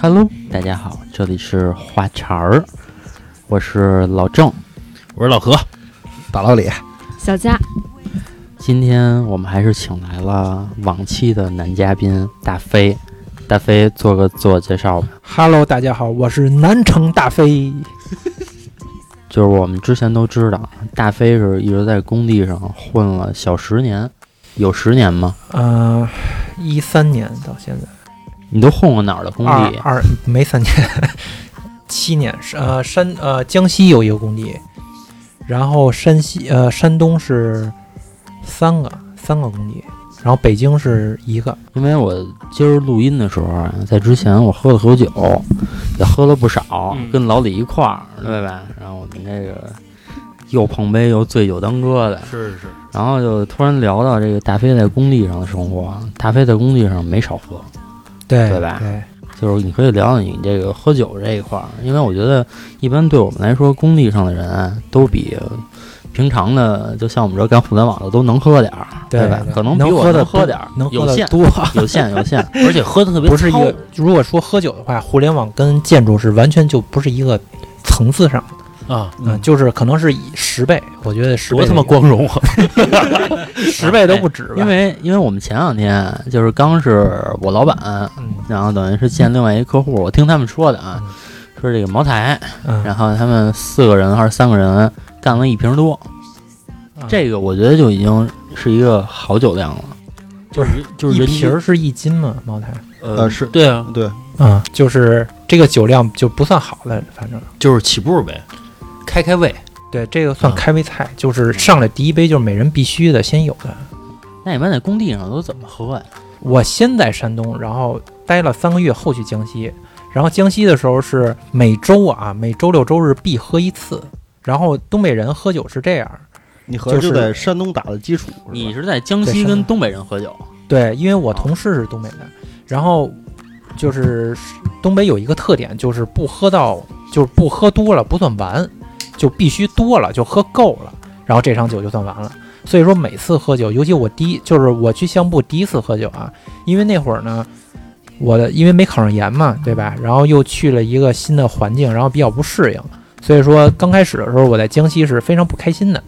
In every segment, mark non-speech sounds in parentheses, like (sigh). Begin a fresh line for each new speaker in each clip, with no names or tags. Hello，大家好，这里是话茬儿，我是老郑。
我是老何，
大老李，
小佳，
今天我们还是请来了往期的男嘉宾大飞，大飞做个自我介绍吧。
Hello，大家好，我是南城大飞。
就是我们之前都知道，大飞是一直在工地上混了小十年，有十年吗？
呃，一三年到现在，
你都混过哪儿的工
二
地？
二没三年， (laughs) 七年。呃，山呃江西有一个工地，然后山西呃山东是三个三个工地，然后北京是一个。
因为我今儿录音的时候啊，在之前我喝了喝酒，也喝了不少，
嗯
跟老李一块儿，对吧？然后我们这个又碰杯又醉酒当歌的，
是是是，
然后就突然聊到这个大飞在工地上的生活。大飞在工地上没少喝，
对
对吧就是你可以聊聊你这个喝酒这一块儿，因为我觉得一般对我们来说，工地上的人啊都比平常的，就像我们这干互联网的都能喝点儿，
对
吧？
对
可能比
能
我
喝的
喝点儿，
能喝
有
的
限，
多。
(laughs) 有限，有限，而且喝的特别
(laughs) 不是一
糙
个，如果说喝酒的话，互联网跟建筑是完全就不是一个层次上的，
啊，
嗯、就是可能是以十倍，我觉得十倍的
多他妈
一个
光荣啊！
(laughs) 十倍都不止吧，
因为因为我们前两天就是刚是我老板，
嗯
然后等于是见另外一客户，我听他们说的
嗯
啊，说这个茅台，然
嗯，
后他们四个人还是三个人干了一瓶多，
嗯
这个我觉得就已经是一个好酒量了，
就是就
一
人
瓶儿是一斤嘛，茅台
呃
是
对啊，
对，
啊，就是这个酒量就不算好的，反正
就是起步呗，开开胃。
对这个算
啊
开胃菜，就是上来第一杯就是每人必须的，先有的。
那你们在工地上都怎么喝呀、
我先在山东，然后待了三个月，后去江西。然后江西的时候是每周啊，每周六周日必喝一次。然后东北人喝酒是这样，
你合着
就是
就在山东打的基础，是吧
你是在江西
对
跟
是
东北人喝酒，
对，因为我同事是东北的，然后就是东北有一个特点，就是不喝到，就是不喝多了不算完，就必须多了，就喝够了，然后这场酒就算完了。所以说每次喝酒，尤其我第一就是我去相布第一次喝酒啊，因为那会儿呢，我的因为没考上研嘛，对吧？
嗯
然后又去了一个新的环境，然后比较不适应，所以说刚开始的时候我在江西是非常不开心的，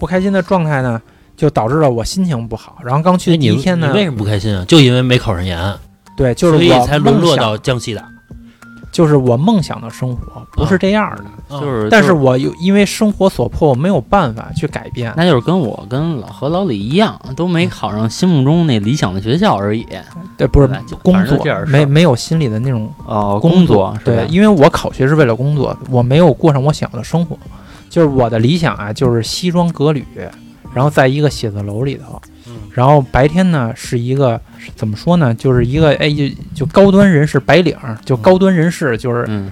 不开心的状态呢，就导致了我心情不好。然后刚去
哎
的第
你
一天呢，
你为什么不开心啊？就因为没考上研，
对，就是
所以
我
才沦落
梦想，
到江西打。
就是我梦想的生活不是这样的。
啊
就是
但
就是
我有因为生活所迫，我没有办法去改变。
那就是跟我跟老和老李一样，都没考上心目中那理想的学校而已。
对，嗯不是
对吧就
工
反正
作
这点，事儿
没没有心里的那种
哦，
作
作。是吧
对，因为我考学是为了工作，我没有过上我想要的生活。就是我的理想啊，就是西装革履，然后在一个写字楼里头，
嗯
然后白天呢是一个是怎么说呢，就是一个哎就就高端人士白领，就高端人士，就是、
嗯，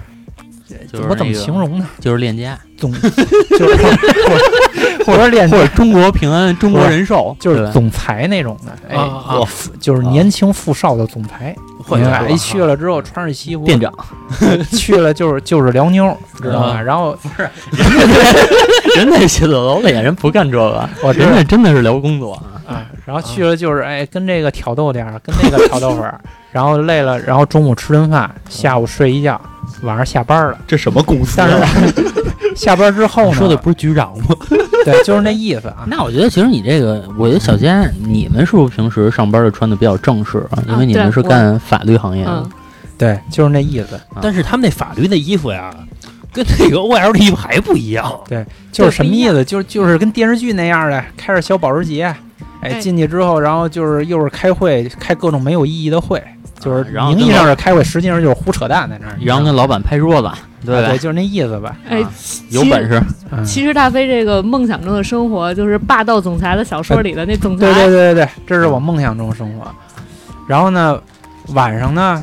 就是
我怎么
那个
形容呢？
就是 (laughs) 链家，
总就是
(laughs)
或者练
或者中国平安、中国人寿，
就
对
是
吧
总裁那种的，哎，
啊啊
我富就是年轻富少的总裁，
换
明
角
白
度
一去了之后穿着西服，
店长，
去了就是就是聊妞，知道吗？然后
(laughs) 人在写字楼里，人不干这个，
我知
人
道
家真的是聊工作。
啊，然后去了就是哎，跟这个挑逗点儿，跟那个挑逗会儿， (laughs) 然后累了，然后中午吃顿饭，下午睡一觉，晚上下班了。
这什么公司啊？
但是 (laughs) 下班之后呢，
说的不是局长吗？
对，就是那意思啊。
那我觉得，其实你这个，我觉
嗯
得小佳，你们是不是平时上班就穿的比较正式啊？因为
啊
你
对
们是
我
干法律行业的
嗯，，
对，就是那意思，
但是他们那法律那衣服呀，跟那个 OL 衣服还不一样。
就是什么意
啊
思？就是就是跟电视剧那样的，开着小保时捷，哎，
哎
进去之后，然后就是又是开会，开各种没有意义的会，就是
啊然后
名义上是开会，实际上就是胡扯淡在那儿。
然后跟老板拍桌子，
嗯
对
对，
吧？
就是那意思吧。
哎
啊，有本
事。
事，
嗯
其实大飞这个梦想中的生活，就是霸道总裁的小说里的那总裁。
对对对对对，这
嗯
是我梦想中的生活。然后呢，晚上呢，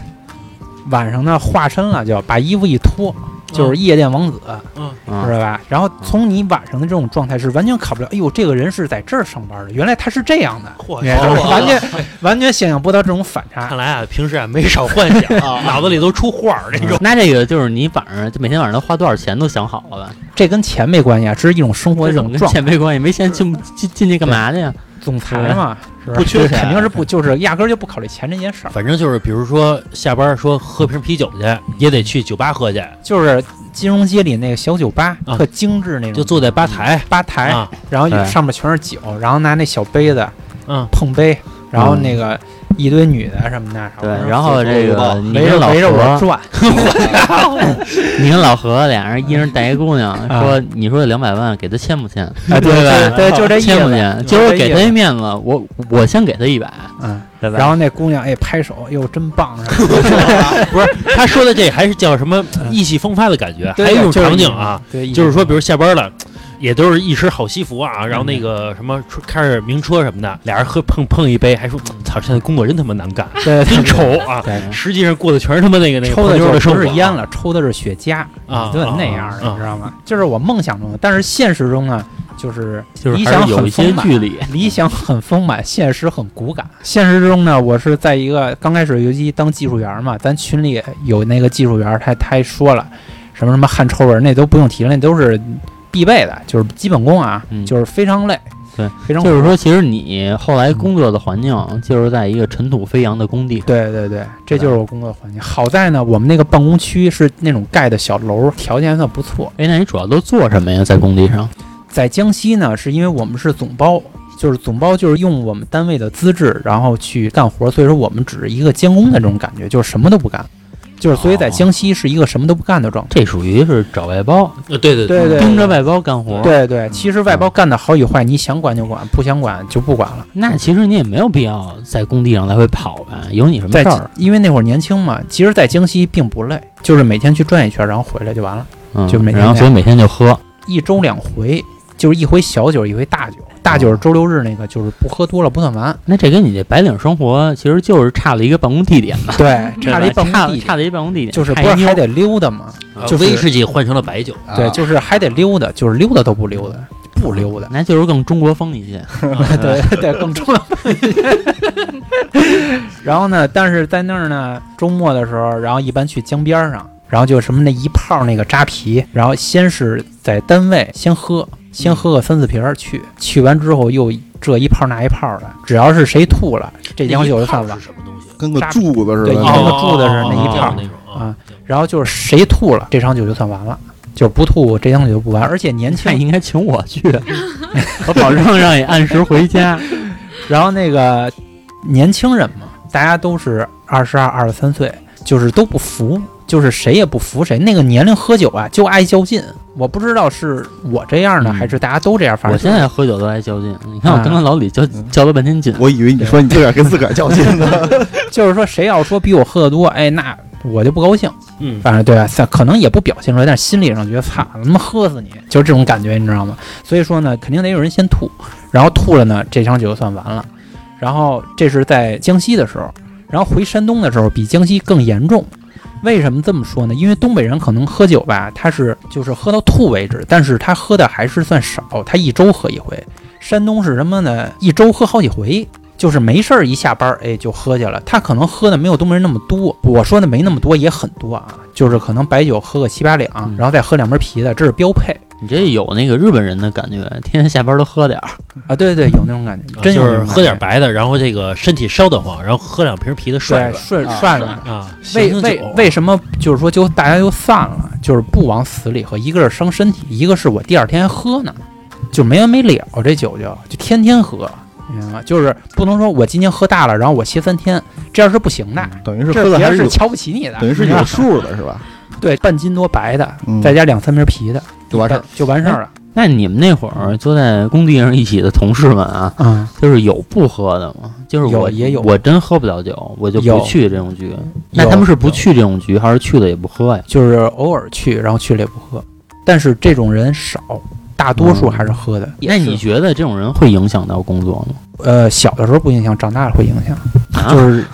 晚上呢化身了就，把衣服一脱，就是夜店王子，
嗯
知道吧？然后从你晚上的这种状态是完全考不了，哎呦，这个人是在这儿上班的，原来他是这样的，
嚯
你知道吗
嚯
哎完全
(laughs)
完全想象不到这种反差
看。来啊，平时啊没少幻想，
啊
脑子里都出画儿那
嗯
种。
那这个就是你晚上就每天晚上花多少钱都想好了吧？
这跟钱没关系啊，这是一种生活的
这
一
怎
种
么跟
状态。
钱没关系？没钱进进进进去干嘛去呀？啊
总裁嘛，是吧
不缺钱
肯定是不，就是压根儿就不考虑钱这件事儿，
反正就是，比如说下班说喝瓶啤酒去，也得去酒吧喝去，
就是金融街里那个小酒吧，
啊
特精致那种，
就坐在吧台，
吧台，
啊，
然后就
哎
上面全是酒，然后拿那小杯子
嗯，
碰杯，然后那个一堆女的什么的，
对，
后
然后这个你
围
跟
着
老
围着我
何，
转，
你跟老何俩人一人带一姑娘，
啊
说你说两百万给他签不签？
哎，对
对
对，就这意
签不
思，
签？
就
结果
这
给
意
他
思
一面子，我我先给他一百，
嗯。
对吧？
然后那姑娘哎拍手，哟真棒，啊是吧
(laughs) 不是，他说的这还是叫什么意气风发的感觉，还有一种场景啊，，
对，
就是说，比如下班了。也都是一身好西服啊，然后那个什么出开着名车什么的，俩人喝碰碰一杯，还说操，现在工作真他妈难干，
对
真愁啊！
对，
实际上过的全是他妈那个那个
抽
泡
的
妞
就
的生
不
活
是
啊
烟了，抽的是雪茄
啊
顿
啊
那样的，
啊
你知道吗？就是我梦想中的，但是现实中呢，就是
就是
理
还
想
是有一
很
些啊
丰满。
距离。
理想很丰满，现实很骨感。现实中呢，我是在一个刚开始游戏当技术员嘛，咱群里有那个技术员，他他还说了，什么什么汗臭味儿，那都不用提了，那都是必备的，就是基本功啊，
嗯
就是非常累，
对，
非常
就是说，其实你后来工作的环境就是在一个尘土飞扬的工地，
对对对，这就是我工作环境。好在呢，我们那个办公区是那种盖的小楼，条件还算不错。
哎，那你主要都做什么呀？在工地上？
在江西呢，是因为我们是总包，就是总包就是用我们单位的资质，然后去干活，所以说我们只是一个监工的这种感觉，就是什么都不干，就是所以在
哦
江西是一个什么都不干的状态。
这属于是找外包，
呃，对对
对对
盯着嗯外包干活。，
对对，其实外包干的好与坏，你想管就管，不想管就不管了。
那其实你也没有必要在工地上来回跑吧？有你什么
在
事儿？
因为那嗯会儿年轻嘛，其实，在江西并不累，就是每天去转一圈，然后回来就完了。
嗯，
就每天
然后
那样
所以每天就喝，
一周两回，就是一回小酒，一回大酒。大酒是周六日那个，就是不喝多了不算完。
那这跟你这白领生活其实就是差了一个办公地点嘛，
对， (laughs) 差了一办
差
公地
差
点，
了一办公地点，
就是不
太
是
妞。
还得溜达嘛？
啊
就是
威士忌换成了白酒，
对，就是还得溜达，就是溜达都不溜达，不溜
(laughs)
达
那就是更中国风
(laughs)
一些。
对对，更重要。然后呢，但是在那儿呢，周末的时候，然后一般去江边上，然后就什么那一泡那个扎啤，然后先是在单位先喝，先喝个三四瓶儿去，去完之后又这一泡那一泡的，只要是谁吐了，这
那
两
一
酒就
泡
算完
是。什么东西？
跟个
扎
柱子似
对
的
一
那
根
种。
个柱子是那一
哦
泡
哦哦那种
啊，然后就是谁吐了，这场酒就算完了，就是不吐这场酒就不完。而且年
那
轻，
应该请我
(laughs)
去，我保证让你按时回家。
然后那个年轻人嘛，大家都是二十二、二十三岁，就是都不服，就是谁也不服谁。那个年龄喝酒啊，就爱较劲。我不知道是我这样呢，
嗯
还是大家都这样。反
我
正啊
现在喝酒都爱较劲，你看我刚跟老李较
嗯
较了半天劲，
我以为你说你自个儿跟自个儿较劲呢，
就是说，谁要说比我喝的多，哎，那我就不高兴。
嗯，
反正对啊，算可能也不表现出来，但是心理上觉得操，他妈喝死你，就是这种感觉，你知道吗？所以说呢，肯定得有人先吐，然后吐了呢，这场酒就算完了。然后这是在江西的时候，然后回山东的时候比江西更严重。为什么这么说呢？因为东北人可能喝酒吧，他是就是喝到吐为止，但是他喝的还是算少，他一周喝一回。山东是什么呢？一周喝好几回，就是没事儿一下班儿，哎，就喝去了。他可能喝的没有东北人那么多，我说的没那么多也很多啊，就是可能白酒喝个七八两，
嗯
然后再喝两瓶啤的，这是标配
你这有那个日本人的感觉，天天下班都喝点儿。
啊。对对，对，有那种感觉，真有
啊就
那种
是
感觉
喝点白的，然后这个身体烧得慌，然后喝两瓶啤的涮
对
涮
顺
啊
涮
涮
涮。
啊。
为
醒醒
为
酒
为什么就是说就大家就散了，就是不往死里喝，一个是伤身体，一个是我第二天还喝呢，就没完没了这酒就就天天喝，你明白吗？就是不能说我今天喝大了，然后我歇三天，这样是不行的。
等于是嗯喝
这
的
别人
还是
是
有
瞧不起你的，啊
等于是
你知道
有
吗
数的是吧？
对半斤多白的，
嗯
再加两三瓶啤的，
就完事儿。
就完事儿了。
那你们那会儿坐在工地上一起的同事们啊，
嗯，
就是有不喝的吗？就是我
有也有
我真喝不了酒，我就
有
不去这种局。那他们
有
是不去这种局，还是去了也不喝呀？
就是偶尔去，然后去了也不喝，但是这种人少，大多数还是喝的。
那你觉得这种人会影响到工作吗？
呃，小的时候不影响，长大了会影响，
啊
就是。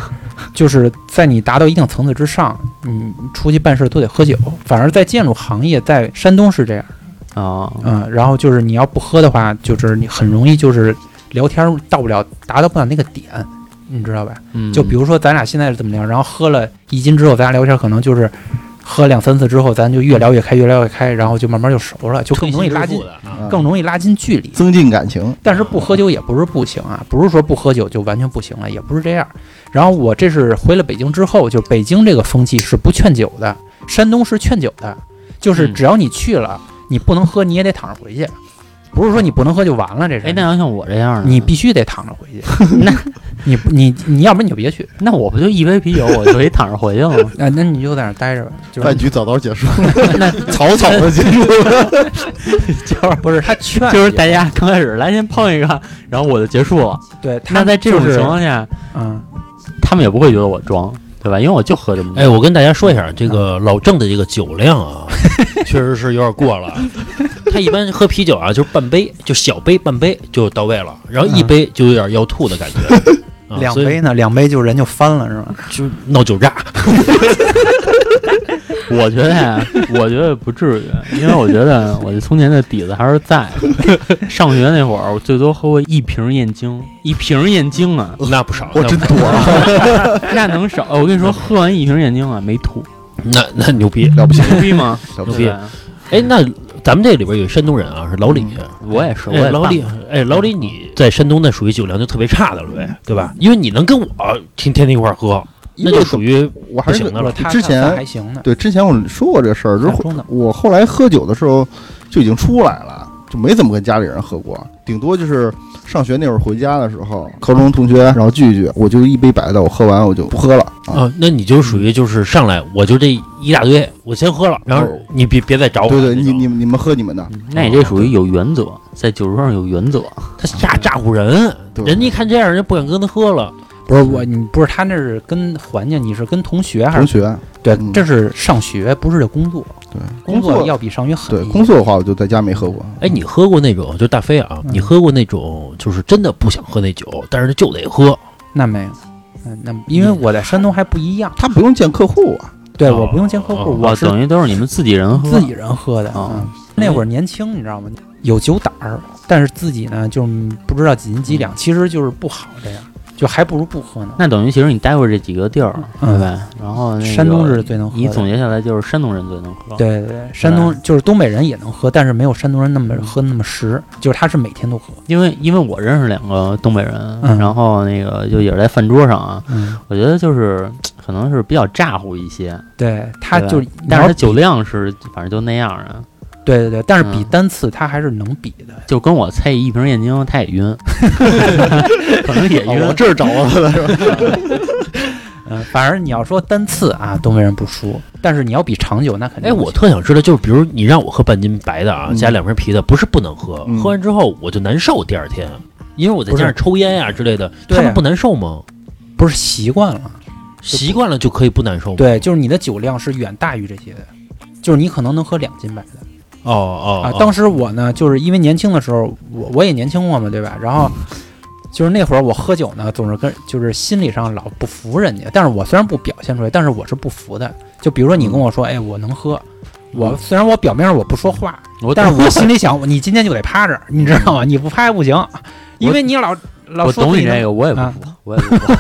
就是在你达到一定层次之上，你出去办事都得喝酒。反而在建筑行业，在山东是这样，
啊，
嗯，然后就是你要不喝的话，就是你很容易就是聊天儿到不了，达到不了那个点，你知道吧？
嗯
就比如说咱俩现在是怎么聊，然后喝了一斤之后，咱俩聊天可能就是喝两三次之后，咱就越聊越开，越聊越开，然后就慢慢就熟了，就更容易拉近，
的啊。
嗯
更容易拉近距离。
增进感情。
但是不喝酒也不是不行啊，不是说不喝酒就完全不行了，也不是这样。然后我这是回了北京之后，就北京这个风气是不劝酒的，山东是劝酒的，就是
嗯
只要你去了，你不能喝你也得躺着回去，不是说你不能喝就完了这事
哎，
儿。
那要像我这样的，
你必须得躺着回去，
(laughs)
那你不你你要不然你就别去，
那我不就一杯啤酒，我就可以躺着回去了吗？
啊，那你就在那儿待着吧，就是
饭局早早结束，
那
(laughs) 草草的
(laughs)
结束。
(laughs) 就是不是他劝
就是
你
大家刚开始来先碰一个，然后我就结束了。
对他
那在这种
就是
情况下，
嗯
他们也不会觉得我装，对吧？因为我就喝这么多。
哎，我跟大家说一下，这个老郑的这个酒量啊，确实是有点过了。他一般喝啤酒啊，就是半杯，就小杯半杯就到位了，然后一杯就有点要吐的感觉。啊
两
所以
杯呢，两杯就人就翻了是吗？
就闹酒炸，
我觉得 (laughs) 呀，我觉得不至于，因为我觉得我这从前的底子还是在的。上学那会儿，我最多喝过一瓶燕京，一瓶燕京 (laughs) 啊，
那不少。
我
那
真多啊，
那能少？我跟你说，喝完一瓶燕京啊，没吐，
那那牛逼。
(laughs) 了不起，
牛逼吗？
了不
对
起！
吧
哎，那咱们这里边有一山东人啊，是老李。
我也是，我
哎，
也
老
办
李，哎，老李，你在山东那属于酒量就特别差的了呗，对吧？因为你能跟我天天一块儿喝，那就属于
我还是
不行的
我
了
他
之
他还
前
行呢，
对之前我说过这事儿，就是
中等
我后来喝酒的时候就已经出来了，就没怎么跟家里人喝过，顶多就是上学那会儿回家的时候，高中同学然后聚一聚，我就一杯白的，我喝完我就不喝了啊。
啊，那你就属于就是上来我就这一大堆，我先喝了，然后
哦
你别别再找我
对
啊那种。
对，你你们你们喝你们的，
那你这属于有原则，在酒桌上有原则。
他吓吓唬人，
对
人家一看这样，人家不敢跟他喝了。
不是我，你不是他那是跟环境，你是跟同学还
同
是
学
对
嗯？
这是上学，不是这工作。
对
工
作
要比上学狠一
对
些。
工作的话，我就在家没喝过。
哎，你喝过那种就大飞啊？
嗯
你喝过那种就是真的不想喝那酒，但是就得喝，
那没有，嗯，那因为我在山东还不一样，
他不用见客户啊，
对，
哦
我不用见客户，
哦
我
我是
等于都是你们自己人喝，
自己人喝的。
嗯哦
嗯，那会儿年轻，你知道吗？有酒胆儿，但是自己呢，就是不知道几斤几
嗯
两，其实就是不好这样，就还不如不喝呢。
那等于其实你待过这几个地儿，
嗯
对吧？然后那个
山东是最能喝的。
你总结下来就是山东人最能喝。，
对对对，山东就是东北人也能喝，但是没有山东人那
嗯
么喝那么实，就是他是每天都喝。
因为因为我认识两个东北人，
嗯
然后那个就也是在饭桌上啊，
嗯，
我觉得就是可能是比较咋呼一些，
对，他
对吧
就是，
但
你
是他
要
酒量是反正就那样啊，
对对对，但是比
嗯
单次他还是能比的。
就跟我猜一瓶燕京他也晕，可能也
哦
晕
我。这儿找到他了是吧？
嗯，反正你要说单次啊，东北人不输，但是你要比长久，那肯定
哎，
不
我
行。
特想知道，就是比如你让我喝半斤白的啊，
嗯
加两瓶啤的，不是不能喝，
嗯
喝完之后我就难受，第二天，因为我在
不是
家抽烟呀、之类的，
对
他们
啊
不难受吗？
不是习惯了，
习惯了就可以不难受吗？，
对，就是你的酒量是远大于这些的，就是你可能能喝两斤白的
哦哦
啊
哦。
当时我呢，就是因为年轻的时候，我我也年轻过嘛，对吧？然后
嗯
就是那会儿我喝酒呢，总是跟就是心理上老不服人家，但是我虽然不表现出来，但是我是不服的。就比如说你跟我说，哎，我能喝，我虽然我表面上我不说话，
嗯我嗯
但是我心里想，你今天就得趴这儿，你知道吗？你不趴也不行，因为你老老
我
说
懂
自
你
己
这
能
个，我也不
啊
服，我也不服。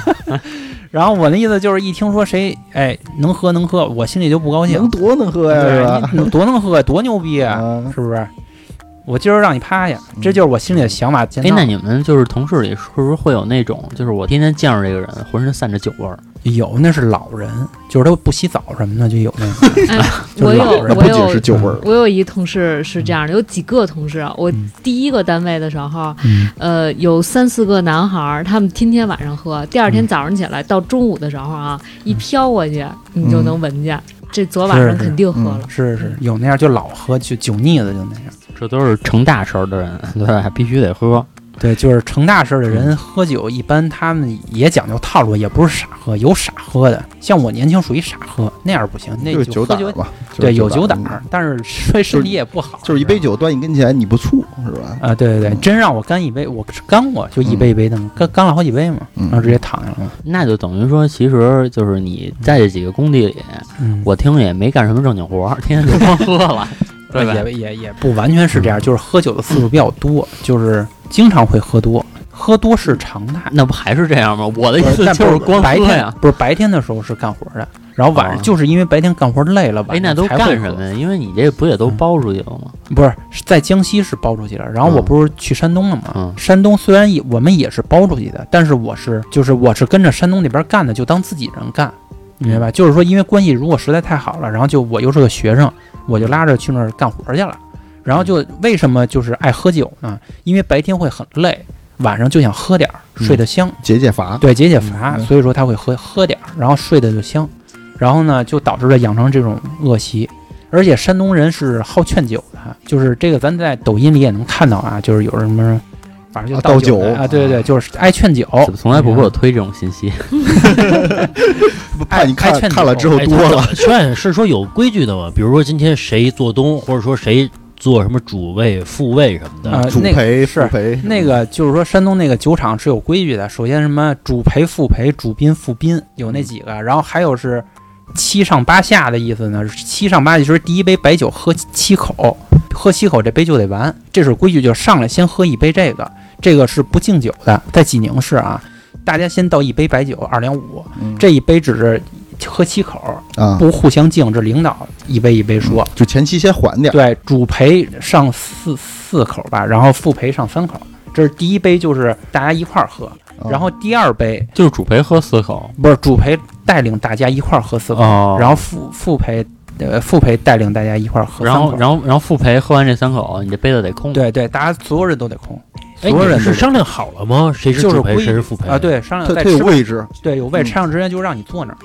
然后我的意思就是，一听说谁哎能喝能喝，我心里就不高兴
能。多能喝呀，是
对
吧？，
你多能喝，多牛逼啊，
啊，
是不是？我今儿让你趴下，这就是我心里的想法。
哎，那你们就是同事里是不是会有那种，就是我天天见着这个人，浑身散着酒味儿？
有那是老人，就是他不洗澡什么的，就有那个。
我有
那不
我
仅是
有
酒味儿，
我有一同事是这样的，有几个同事啊，我
嗯
第一个单位的时候，
嗯
呃，有三四个男孩儿，他们天天晚上喝，第二天
嗯
早上起来到中午的时候啊，一飘过去，你就能闻见，这昨晚
是
上
是
肯定喝
嗯
了。
(laughs) 是是，有那样就老喝，就酒腻子就那样。
这都是成大事儿的人，对吧？必须得喝。
对，就是成大事儿的人喝酒，一般他们也讲究套路，也不是傻喝，有傻喝的。像我年轻属于傻喝，那样不行，那
就是
就
酒
喝
胆
酒
儿吧？就是
对有
酒
酒
胆
胆
儿
儿，，但是对身体也不好。
就是一杯酒端你跟前，你不醋是吧？
啊，对对对，
嗯
真让我干一杯，我是干过，就一杯一杯的嘛，干干了好几杯嘛，
嗯
然啊后直接躺下了嘛。
那就等于说，其实就是你在这几个工地里，
嗯
我听也没干什么正经活儿，天天就光喝了，
(laughs)
对吧？
也也也不完全是这样，就是喝酒的次数比较多，就是经常会喝多，喝多是常态。
那不还是这样吗？我的意思
但
就是
不
光
白
喝
天
呀。
不是白天的时候是干活的，然后晚上
哦
就是因为白天干活累了，
哎
晚，
那
上
都
才会
干
喝嗯
什么呀？因为你这不也都包出去了吗？
不是是在江西是包出去了，然后我
嗯
不是去山东了吗？
嗯
山东虽然也我们也是包出去的，但是我是就是我是跟着山东那边干的，就当自己人干，你明白吧？就是说，因为关系如果实在太好了，然后就我又是个学生，我就拉着去那儿干活去了。然后就为什么就是爱喝酒呢？因为白天会很累，晚上就想喝点儿，睡得香。
解解乏。
对，解解乏，
嗯
所以说他会喝喝点儿，然后睡得就香，然后呢就导致了养成这种恶习。而且山东人是好劝酒的，就是这个咱在抖音里也能看到啊，就是有什么，反正就
啊
倒
倒
酒
酒
的啊，对对对，就是爱劝酒，
怎么从来不给我推这种信息？
怕你
爱
看
劝
看了
酒
之后
哎
多
他
了，
怎么劝是说有规矩的嘛？比如说今天谁做东，或者说谁做什么主位、副位什么的。
呃
主
那个
陪
是
副陪什么
那个就是说，山东那个酒厂是有规矩的。首先什么主陪、副陪、主宾、副宾有那几个，然后还有是七上八下的意思呢。七上八下就是第一杯白酒喝七口，喝七口这杯就得完，这是规矩，就上来先喝一杯这个，这个是不敬酒的，在济宁市啊，大家先倒一杯白酒二两五，
嗯
这一杯只是喝七口，
啊，
不互相敬，这领导一杯一杯说。
就前期先缓点儿，
对，主陪上四四口吧，然后副陪上三口。这是第一杯，就是大家一块儿喝，
啊
然后第二杯
就是主陪喝四口
不是主陪带领大家一块儿喝四口，
哦，
然后副副陪呃副陪带领大家一块儿喝三
然
口，
后然后然后副陪喝完这三口，你这杯子得空。
对对，大家所有人都得空，所
哎，你
有
们
人都
是
得空
商量好了吗？谁是
就是
主陪，
规
谁
矩
是副陪
啊，？对，商量
它
在
它有
吃饭
位置，
对有位，
嗯
吃上之前就让你坐那儿，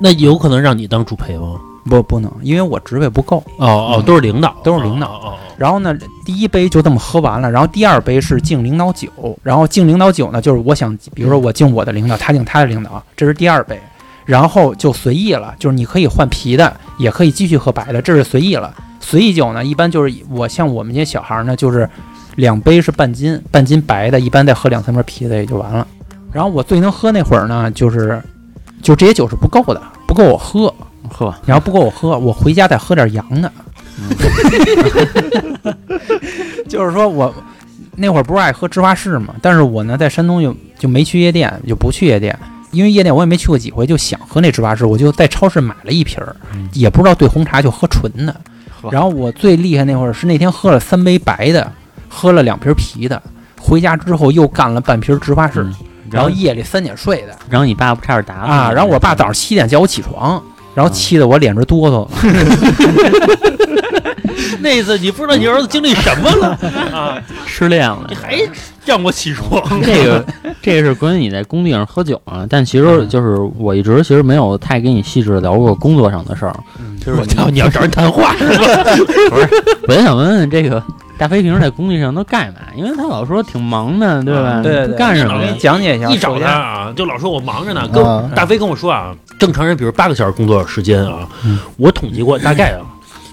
那有可能让你当主陪吗？
不不能，因为我职位不够。
哦哦，
嗯
都是领导，
都是领导
哦。哦哦
然后呢，第一杯就这么喝完了，然后第二杯是敬领导酒，然后敬领导酒呢，就是我想，比如说我敬我的领导，他敬他的领导，这是第二杯，然后就随意了，就是你可以换啤的，也可以继续喝白的，这是随意了。随意酒呢，一般就是我像我们这些小孩儿呢，就是两杯是半斤，半斤白的，一般再喝两三瓶啤的也就完了。然后我最能喝那会儿呢，就是就这些酒是不够的，不够我喝，
喝，
你要不够我喝，我回家再喝点洋的。嗯 (laughs) 就是说我那会儿不是爱喝芝华士嘛，但是我呢在山东就就没去夜店，就不去夜店，因为夜店我也没去过几回，就想喝那芝华士，我就在超市买了一瓶儿，也不知道兑红茶就嗯喝纯的。
呵
然后我最厉害那会儿是那天喝了三杯白的，喝了两瓶啤的，回家之后又干了半瓶芝华士，
嗯
然后夜里三点睡的。
然后你爸不差点打死
啊，嗯
你
然后我爸早上七点叫我起床，然后气得我脸直哆嗦。
那次你不知道你儿子经历什么了啊？
(laughs) 失恋了
你。还让我起床？
这
(laughs)
个，这个是关于你在工地上喝酒啊，但其实就是我一直其实没有太跟你细致的聊过工作上的事儿。
我操！你要找人谈话是吧？
我就想问问这个大飞平时在工地上都干嘛？因为他老说挺忙的，对吧？
嗯对对
都
对
干什么
我
呀
给你？讲解一下，
一找
首
他
先
啊，就老说我忙着呢。跟
啊，
大飞跟我说啊，正常人比如八个小时工作时间啊
嗯，
我统计过大概啊，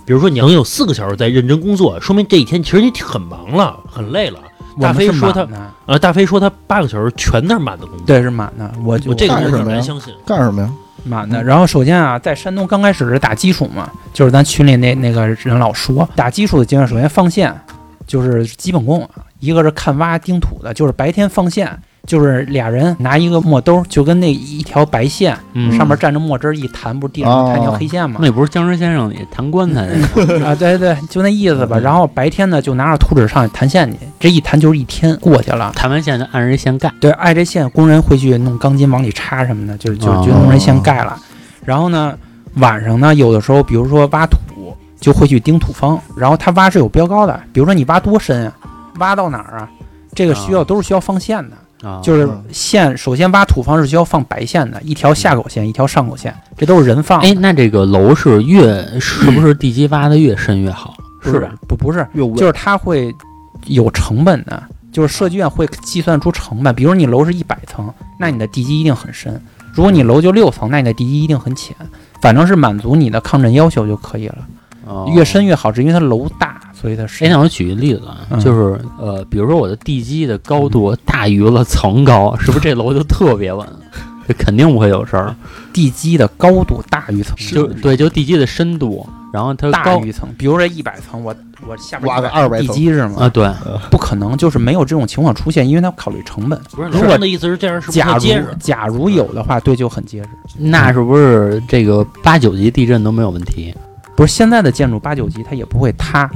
比如说你能有四个小时在认真工作，说明这一天其实你很忙了，很累了。大飞说他
我们是满的，
啊，大飞说他八个小时全是满的工作，
对是满的，我就
我这个
干
我
什
很
么呀
难相信。
干什么呀？
满的。然后首先啊，在山东刚开始是打基础嘛，就是咱群里那那个人老说打基础的经验，首先放线就是基本功，一个是看挖钉土的，就是白天放线。就是俩人拿一个墨兜，就跟那一条白线、
嗯，
上面蘸着墨汁儿一弹，不是地上弹条
哦
黑线吗？
那不是僵尸先生里弹棺材
(laughs)
那个
啊，对对，就那意思吧。
嗯
然后白天呢，就拿着图纸上去弹线去，这一弹就是一天过去了。
弹完线就按人线干。
对，挨着线，工人会去弄钢筋往里插什么的，就是就是
哦
就弄人线盖了。然后呢，晚上呢，有的时候比如说挖土，就会去盯土方，然后他挖是有标高的，比如说你挖多深啊，挖到哪儿啊，这个需
哦
要都是需要放线的。
啊，
就是线，首先挖土方是需要放白线的，一条下
嗯
口线，一条上口线，这都是人放的。
哎，那这个楼是越是不是地基挖的越深越好？
不
是吧？
不不是，
越无
就是它会有成本的，就是设计院会计算出成本。比如你楼是一百层，那你的地基一定很深；如果你楼就六层，那你的地基一定很浅。反正是满足你的抗震要求就可以了，
哦
越深越好，只因为它楼大，所以它
哎，
深。
那我举个例子啊，
嗯
就是呃，比如说我的地基的高度大于了层高，是不是这楼就特别稳？这肯定不会有事儿。
地基的高度大于层，
就对，就地基的深度，然后它
大
高
于层。比如说一百层，我
我下边
挖个二百
地
层，
基是吗？
啊，对，
不可能，就是没有这种情况出现，因为他考虑成本。
不是
如
老
果
郑的意思是这样是不是
假
太
如
结实？
假如有的话，对，就很结实。
那是不是这个八九级地震都没有问题？
不是现在的建筑八九级它也不会塌，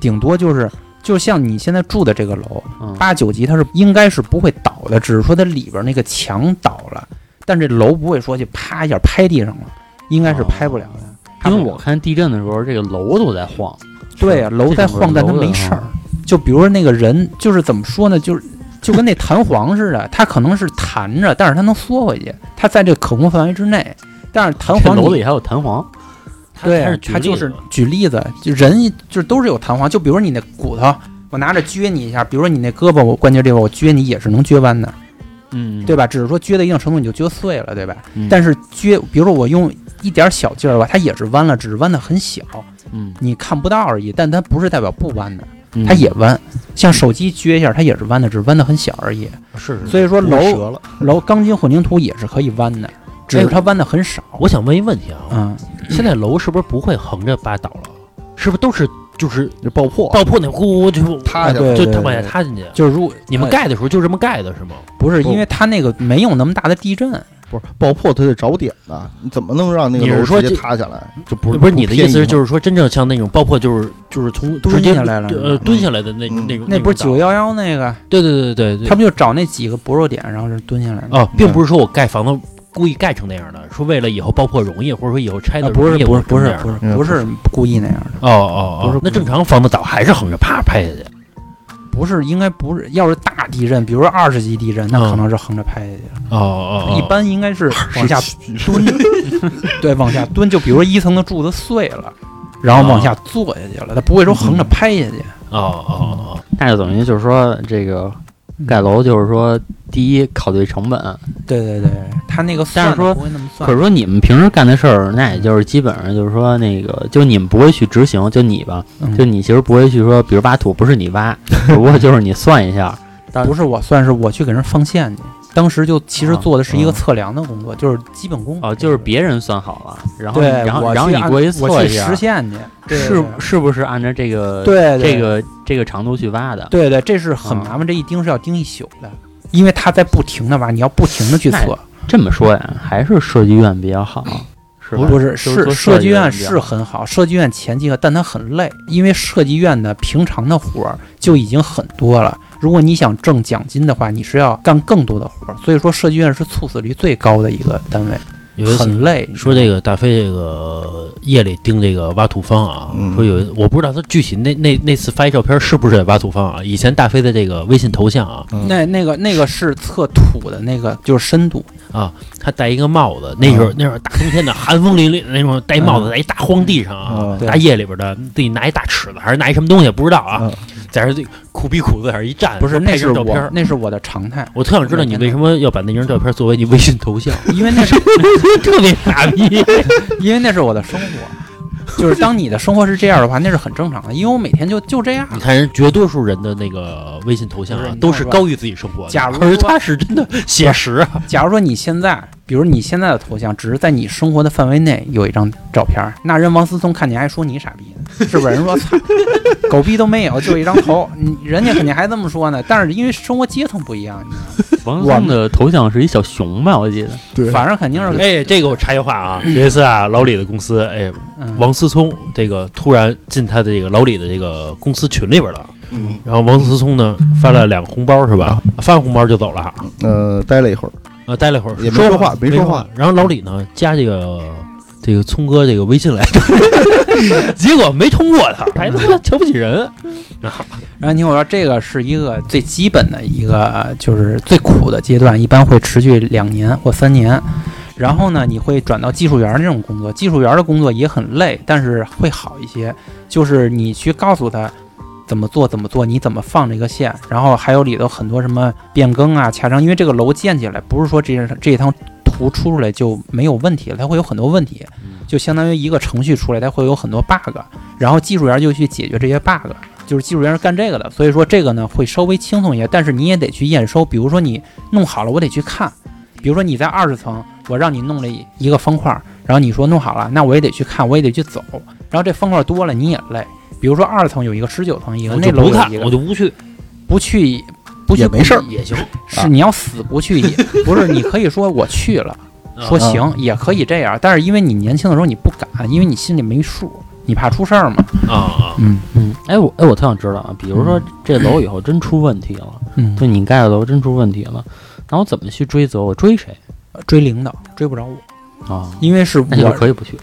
顶多就是就像你现在住的这个楼
嗯
八九级它是应该是不会倒的，只是说它里边那个墙倒了，但这楼不会说就啪一下拍地上了，应该是拍不了的。
哦因为我看地震的时候，这个楼都在晃。
对啊，楼在晃，但它
啊
没事儿。就比如说那个人，就是怎么说呢，就是就跟那弹簧似的，它可能是弹着，但是它能缩回去，它在这个可控范围之内。但是弹
这
簧
楼
你
里还有弹簧，
对，
他是举
他就
例
是
子
举例子，就人就是都是有弹簧，就比如你那骨头，我拿着撅你一下，比如说你那胳膊，我关节这块我撅你也是能撅弯的，
嗯，
对吧？只是说撅到一定程度你就撅碎了，对吧？
嗯
但是撅，比如说我用一点小劲儿吧，它也是弯了，只是弯的很小，
嗯，
你看不到而已，但它不是代表不弯的，
嗯
它也弯。像手机撅一下，它也是弯的，只是弯的很小而已。
是嗯是
所以说
不会
楼
折了，
楼钢筋混凝土也是可以弯的，只是
哎
它弯的很少。
我想问一问题啊，
嗯，
现在楼是不是不会横着扒倒了？是不是都是就是
就爆破，
爆破那呼呼就
塌下
啊
来
对
就他往下塌进去？
就是如呃
你们盖的时候就这么盖的是吗？
不是
不
因为它那个没有那么大的地震，
不是爆破，它得找点的，你怎么能让那个
你是
楼
说
直接
这
塌下来？就不是
不是你的意思是就是是说真正像那种爆破就是就是从
蹲
直接
下来了
呃蹲下来的那
嗯
那种
那不是
种
九幺幺那个，
倒对对对对对，
他们就找那几个薄弱点，然后就蹲下来了。
哦，
嗯
并不是说我盖房子故意盖成那样的，说为了以后爆破容易，或者说以后拆
啊
的
不
容
是
易，
不
我
是不
成这
是
样
不是
这样
不是故意那样的，
哦哦
不是
哦，那正常房子倒还是横着啪拍下去，
不是应该不是，要是大地震，比如说二十级地震，那可能是横着拍下去了。
哦哦哦，
一般应该是往下
蹲，
(laughs) 对往下蹲，就比如说一层的柱子碎了，然后往下坐下去了，它不会说横着拍下去。
哦哦哦，
那就等于就是说，这个盖楼就是说，第一考虑成本，
对对对，它那个
但
算
是说
的不会那么
可
算
是。说你们平时干的事儿，那
嗯
也就是基本上就是说那个，就你们不会去执行，就你吧，
嗯
就你其实不会去说，比如挖土不是你
(laughs)
挖，只不过就是你算一下，
不是我算是我去给人放线去，当时就其实
啊
做的是一个
嗯
测量的工作，就是基本功
哦，就是别人算好了，然
嗯
后
对，
然后
我
然后
去
你
按
过去
我
测
去
一下
实，现去，对
是是不是按照这个
对对
这个这个长度去挖的？
对对，这是很
啊
麻烦，这一盯是要盯一宿的，因为它在不停的挖，你要不停的去
那
测。
这么说呀，还是设计院比较好，是吧？
嗯不是
就是说
设计院
比较
是
好
很好，设计院前期和但它很累，因为设计院的平常的活儿就已经很多了。如果你想挣奖金的话，你是要干更多的活儿，所以说设计院是猝死率最高的一个单位，
有一次
很嗯累。
说这个大飞这个夜里盯这个挖土方啊，
嗯
说有我不知道他具体那那那次发一照片是不是在挖土方啊？以前大飞的这个微信头像啊，
嗯
那那个那个是测土的那个，就是深度，
他戴一个帽子，那时候那时候大冬天的寒风凛凛那种戴帽子在一大荒地上啊
嗯，
对
大夜里边的自己拿一大尺子还是拿一什么东西不知道啊
嗯，
在这苦逼苦在这一
哎
站，
不是
说
那
拍
是
张照片
我。那是我的常态，
我特想知道你为什么要把那张照片作为你微信头像，
(laughs) 因为那是
(laughs) 特别傻逼。
因为那是我的生活。就是当你的生活是这样的话，那是很正常的，因为我每天就就这样。
(laughs) 你看人绝多数人的那个微信头像
不是
啊
你，
都
看
是
吧
高于自己生活的，
假如
可是
说
他是真的写实啊。
假如说你现在，比如你现在的头像只是在你生活的范围内有一张照片儿，那人王思聪看你还说你傻逼呢，是不是？人说操，狗逼都没有，就一张头，你人家肯定还这么说呢。但是因为生活阶层不一样，你知
王松的头像是一小熊吧？我记得
道
对
吗反正肯定是
(laughs) 哎，这个我插一话啊，有一次啊，老李的公司，哎，
嗯
王思聪这个突然进他的这个老李的这个公司群里边了，
嗯啊
然后王思聪呢发了两个红包是吧？发完红包就走了，
呃，待了一会儿，
呃，待了一会儿
也没说话没
没
说
话
话。
然后老李呢加这个这个聪哥这个微信来 (laughs) 着，结果没通过他，还他妈瞧不起人。
然后你听我说，这个是一个最基本的一个，呃就是最苦的阶段，一般会持续两年或三年。然后呢，你会转到技术员这种工作，技术员的工作也很累，但是会好一些。就是你去告诉他怎么做，怎么做，你怎么放这个线，然后还有里头很多什么变更啊、恰张，因为这个楼建起来不是说这这一趟图出出来就没有问题了，它会有很多问题，就相当于一个程序出来，它会有很多 bug，然后技术员就去解决这些 bug。就是技术员是干这个的，所以说这个呢会稍微轻松一些，但是你也得去验收。比如说你弄好了，我得去看。比如说你在二十层，我让你弄了一个方块，然后你说弄好了，那我也得去看，我也得去走。然后这方块多了你也累。比如说二层有一个十九层一个，
我
那
就
楼
不
有
看
一，
我
个，
就不去，
不去不去
也没事儿
也行。
啊
是你要死不去也不是，你可以说我去了，
嗯
说
啊
行也可以这样，但是因为你年轻的时候你不敢，因为你心里没数，你怕出事儿嘛。
啊啊，
嗯
嗯，哎我哎我特想知道啊，比如说这楼以后真出问题了，
嗯，
就你盖的楼真出问题了，那我怎么去追责？我追谁
追领导追不着我，
啊？
因为是
那就
我
可以不去。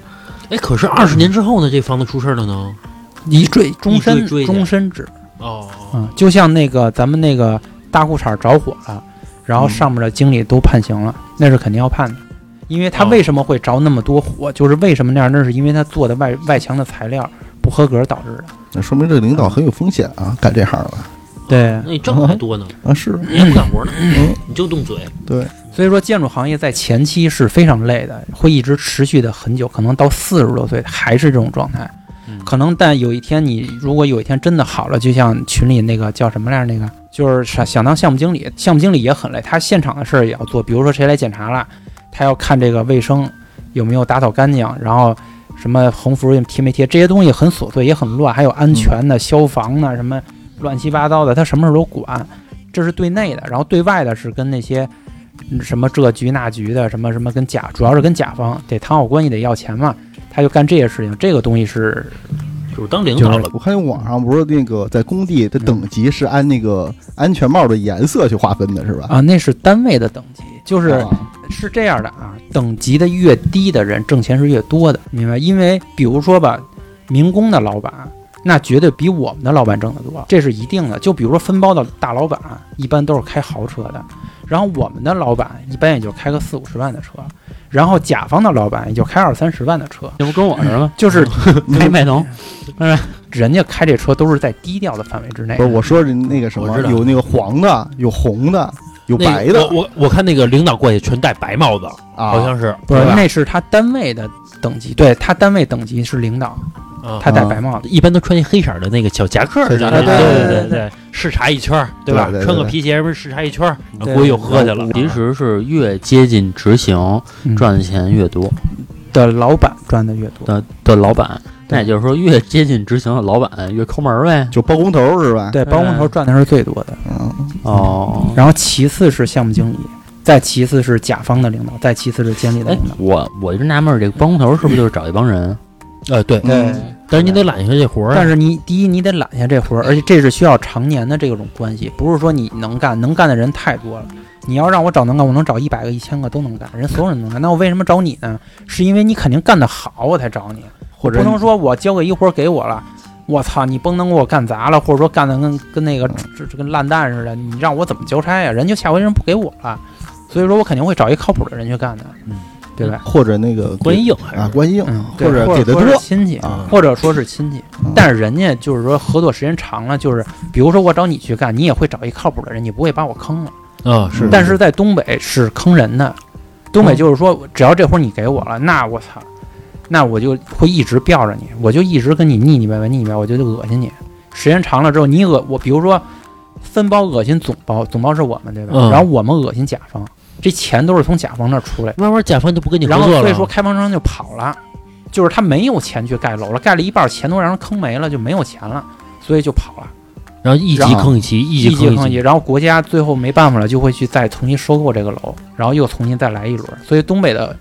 哎，可是二十年之后呢，这房子出事儿了呢？
一追终身
追去
终身制。
哦，哦
嗯，就像那个咱们那个大裤衩着火了，然后上面的经理都判刑了，那是肯定要判的，因为他
哦
为什么会着那么多火，就是为什么那样，那是因为他做的外外墙的材料不合格导致的。
那说明这领导很有风险啊，干这行的
对，
那你挣的还多呢，
啊，是
你还不干活呢
嗯，
你就动嘴。
所以说建筑行业在前期是非常累的，会一直持续的很久，可能到四十多岁还是这种状态。
嗯
可能但有一天你如果有一天真的好了，就像群里那个叫什么来着，那个就是想想当项目经理，项目经理也很累，他现场的事儿也要做，比如说谁来检查了，他要看这个卫生有没有打扫干净，然后什么横幅贴没贴，这些东西很琐碎也很乱，还有安全的、消防的什么乱七八糟的，他什么事儿都管。这是对内的，然后对外的是跟那些什么这局那局的，什么什么跟甲，主要是跟甲方得谈好关系，得要钱嘛，他就干这些事情。这个东西是 (laughs)
就是当领导了，
我看见网上不是那个在工地的等级是按那个安全帽的颜色去划分的，是吧？
啊，那是单位的等级，就是、
啊
是这样的啊，等级的越低的人挣钱是越多的，明白？因为比如说吧，民工的老板那绝对比我们的老板挣得多，这是一定的。就比如说分包的大老板，一般都是开豪车的，然后我们的老板一般也就开个四五十万的车，然后甲方的老板也就开二三十万的车，
这不跟我似
(laughs)
的吗？
就是
开迈腾，
人家开这车都是在低调的范围之内
不。是我说是那个什
我
么
知，道
有那个黄的，有红的，有
那
白
个
的
我我我看那个领导过去全戴白帽子，
啊，
好像是
不是，
对吧
那是他单位的等级，对他单位等级是领导，
嗯
啊
他戴白帽子。
一般都穿一黑色的那个小夹克儿，
小夹克
对
对
对
对
对，视察一圈儿，
对
吧
对对？对
穿个皮鞋什么视察一圈儿，啊
对
估计又喝去了。
其实是越接近执行
嗯
赚的钱越多
的老板赚的越多，
的的老板，那也就是说越接近执行的老板越抠门儿呗。
就包工头是吧？
对，包工头赚的是最多的。
嗯，
哦，
然后其次是项目经理，再其次是甲方的领导，再其次是监理的
哎
领导。，
我我就纳闷儿，这个包工头是不是就是找一帮人？
呃，对，
嗯
但是你得揽下这活儿
但
啊。
是你第一，你得揽下这活儿，而且这是需要常年的这种关系，不是说你能干，能干的人太多了。你要让我找能干，我能找一百个、一千个都能干，人所有人都能干。那我为什么找你呢？是因为你肯定干得好，我才找你。
或者
不能说我交给一活儿给我了，我操，你甭能给我干砸了，或者说干的跟跟那个这这跟烂蛋似的，你让我怎么交差呀、人家下回人不给我了，所以说我肯定会找一靠谱的人去干的，
嗯，
对吧？
或者那个
关系硬还
啊，
是
关系硬
嗯，
或者
对
给的
说是
多
亲戚，
嗯
啊，
或者说是亲戚，
嗯
但是人家就是说合作时间长了，就是比如说我找你去干，你也会找一靠谱的人，你不会把我坑了。
啊？是
嗯
但是在东北是坑人的，东北
嗯
就是说，只要这活儿你给我了，那我操，那我就会一直吊着你，我就一直跟你腻腻歪歪腻腻歪，我就恶心你。时间长了之后，你恶我，比如说分包恶心总包，总包是我们对吧？
嗯
然后我们恶心甲方，这钱都是从甲方那儿出来的，
慢慢甲方就不跟你合
然后
作
所以说
了。啊
开发商就跑了，就是他没有钱去盖楼了，盖了一半儿钱都让人坑没了，就没有钱了，所以就跑了。
然后一级
然后
坑一级，一级
级
坑
抗
一
议，
级。
然后国家最后没办法了，就会去再重新收购这个楼，然后又重新再来一轮。所以东北的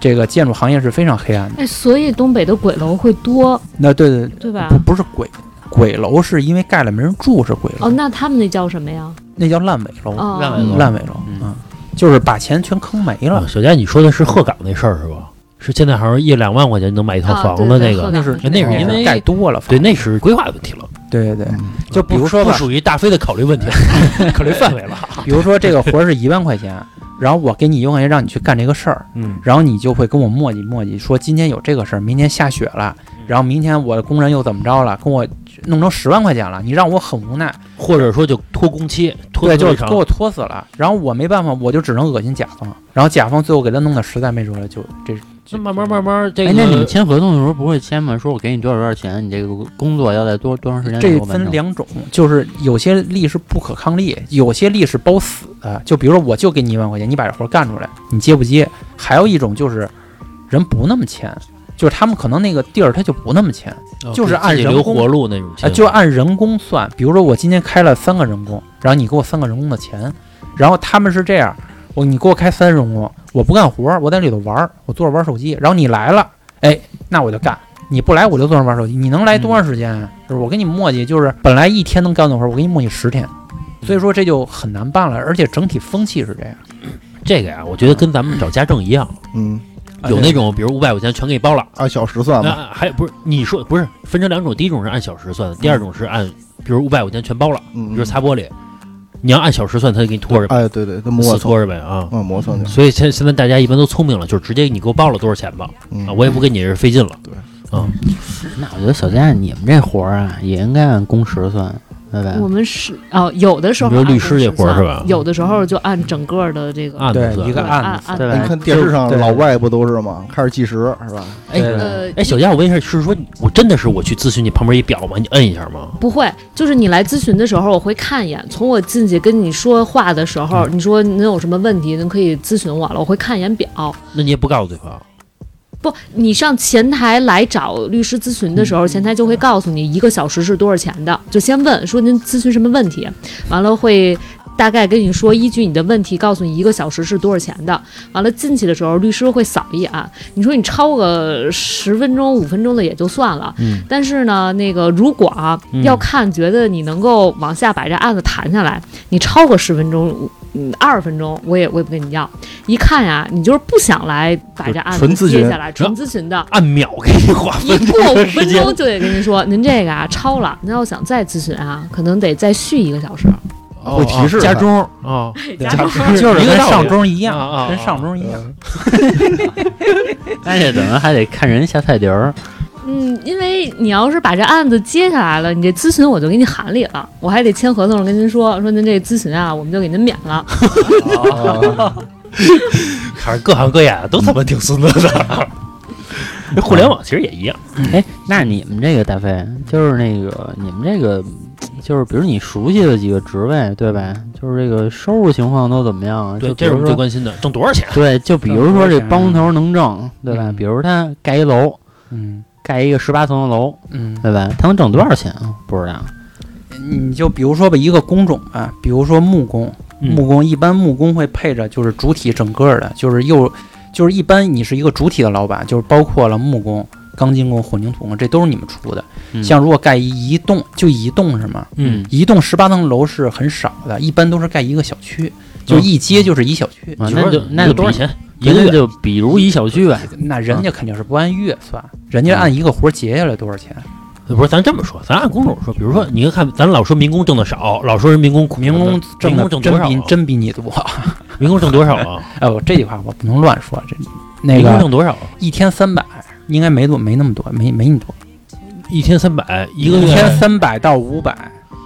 这个建筑行业是非常黑暗的。
哎，所以东北的鬼楼会多，
那对对，
对吧
不？不是鬼鬼楼，是因为盖了没人住是鬼楼，
哦，那他们那叫什么呀？
那叫烂尾楼，
哦，
烂尾
嗯
楼
烂尾楼啊、
嗯
嗯就是把钱全坑没了
啊。小佳，你说的是鹤岗那事儿是吧？是现在好像一两万块钱能买一套
啊
房
对
子
对
那
鹤
个，
岗
是
那
那是因为
盖多了房
对，
子，
那是规划问题了，啊
对对对，
嗯
就比如说
不
吧，
属于大飞的考虑问题，考虑范围了。
比如说这个活儿是一万块 (laughs) 钱，然后我给你一万块钱让你去干这个事儿，
嗯，
然后你就会跟我磨叽磨叽，说今天有这个事儿，明天下雪了，然后明天我的工人又怎么着了，跟我弄成十万块钱了，你让我很无奈，
或者说就拖工期，拖
对，
得
就
长
给我拖死了。然后我没办法，我就只能恶心甲方，然后甲方最后给他弄得实在没辙了，就这
那慢慢慢慢这
哎
个，，
那你们签合同的时候不会签吗？说我给你多少多少钱，你这个工作要在多多长时间内
这
给我完
分
成？
两种，就是有些力是不可抗力，有些力是包死的。就比如说，我就给你一万块钱，你把这活儿干出来，你接不接？还有一种就是人不那么签，就是他们可能那个地儿它就不那么钱，就是按
哦自己
人
留
工
活路那种
啊，
钱，
就按人工算。比如说我今天开了三个人工，然后你给我三个人工的钱，然后他们是这样，我你给我开三人工，我不干活儿，我在里头玩儿，我坐着玩手机，然后你来了，哎，那我就干。你不来我就坐那玩手机，你能来多长时间啊？就是我跟你磨叽，就是本来一天能干的活儿，我给你磨叽十天，
嗯
所以说这就很难办了。而且整体风气是这样，
这个呀，我觉得跟咱们找家政一样，
嗯，
有那种比如五百块钱全给你包了，
按小时算
那
吧，
啊还有不是你说不是分成两种，第一种是按小时算的，第二种是按比如五百块钱全包了，比
嗯，
如擦玻璃，你要按小时算，他就给你拖着呗，
哎，对对，都磨
死
蹭，
拖着呗啊。
嗯，磨蹭去，
所以现现在大家一般都聪明了，就是直接你给我报了多少钱吧，
嗯
啊，我也不跟你这费劲了。
那我觉得小佳，你们这活儿啊，也应该按工时算，对吧？ (laughs)
我们是哦，有的时候
你说律
按
师这
公
活儿
算
是吧啊
有的时候就按整个的这个
案
对
子
一个
按
案子。
按
对吧
你看电视上
对
老外不都是吗？开始计时是吧？
哎
对
呃
哎，小佳，我问一下，是说你我真的是我去咨询你旁边一表吗？你摁一下吗？
不会，就是你来咨询的时候，我会看一眼。从我进去跟你说话的时候，
嗯
你说您有什么问题，您可以咨询我了，我会看一眼表。
那你也不告诉对方，
不，你上前台来找律师咨询的
嗯
时候，前台就会告诉你一个小时是多少钱的，就先问说您咨询什么问题，啊完了会大概跟你说，依据你的问题告诉你一个小时是多少钱的。完了进去的时候，律师会扫一眼，啊你说你超个十分钟、五分钟的也就算了，
嗯，
但是呢，那个如果啊
嗯
要看觉得你能够往下把这案子谈下来，你超过十分钟，嗯，二十分钟我也我也不跟你要。一看呀，你就是不想来把这案
纯
子
咨
接
询
下来，纯咨询的。
按秒给你划
一
分这
过五
个
分
时间。
钟就得跟您说，您这个啊超了，您要想再咨询啊，可能得再续一个小时。
哦会提示
家
他
中啊，
加上
就是
一
跟
个道理
上周一
啊啊
样，
啊
跟上周一样。
但是怎么还得看人下菜碟儿？
嗯，因为你要是把这案子接下来了，你这咨询我就给你喊里了，我还得签合同跟您说，说您这咨询啊，我们就给您免了。
看各行各业的都他妈挺孙子 (laughs) 的。互联网其实也一样，
哎，那你们这个大飞，就是那个你们这个，就是比如你熟悉的几个职位，对吧？就是这个收入情况都怎么样啊？
对，
就
这
比
是我
如
们最
说，
关心的，挣多少钱？啊
对，就比如说
挣多
这
少钱啊
包工
嗯
头能挣，对吧？
嗯
比如他盖一楼，
嗯
啊
盖一个十八层的楼，
嗯，
对吧？他能挣多少钱啊？不知道。
你就比如说吧，一个工种啊，比如说木工，
嗯
木工一般木工会配着就是主体整个的，就是又就是一般你是一个主体的老板，就是包括了木工、钢筋工、混凝土工，这都是你们出的。
嗯
像如果盖一一栋，就一栋是吗？
嗯，
一栋十八层楼是很少的，一般都是盖一个小区，
嗯
就一街就是一小区。
啊
你
那
说
就那
你
就
说多少钱？
比？
一个
那
月
就比如一小区吧，
那人家肯定是不按月算，
嗯
人家按一个活结下来多少钱。
呃不是，咱这么说，咱按工种说，比如说，你看，咱老说民工挣的少，老说人民工苦，
民工挣
嗯民
的
工挣多
真
少
比
啊？
真比你多， (laughs)
民工挣多少啊？
哎，我这句话我不能乱说，这那
民工
个
挣多少啊？
一天三百，应该没多没那么多，没没你多，
一天三百，一个
一
月
天三百到五百，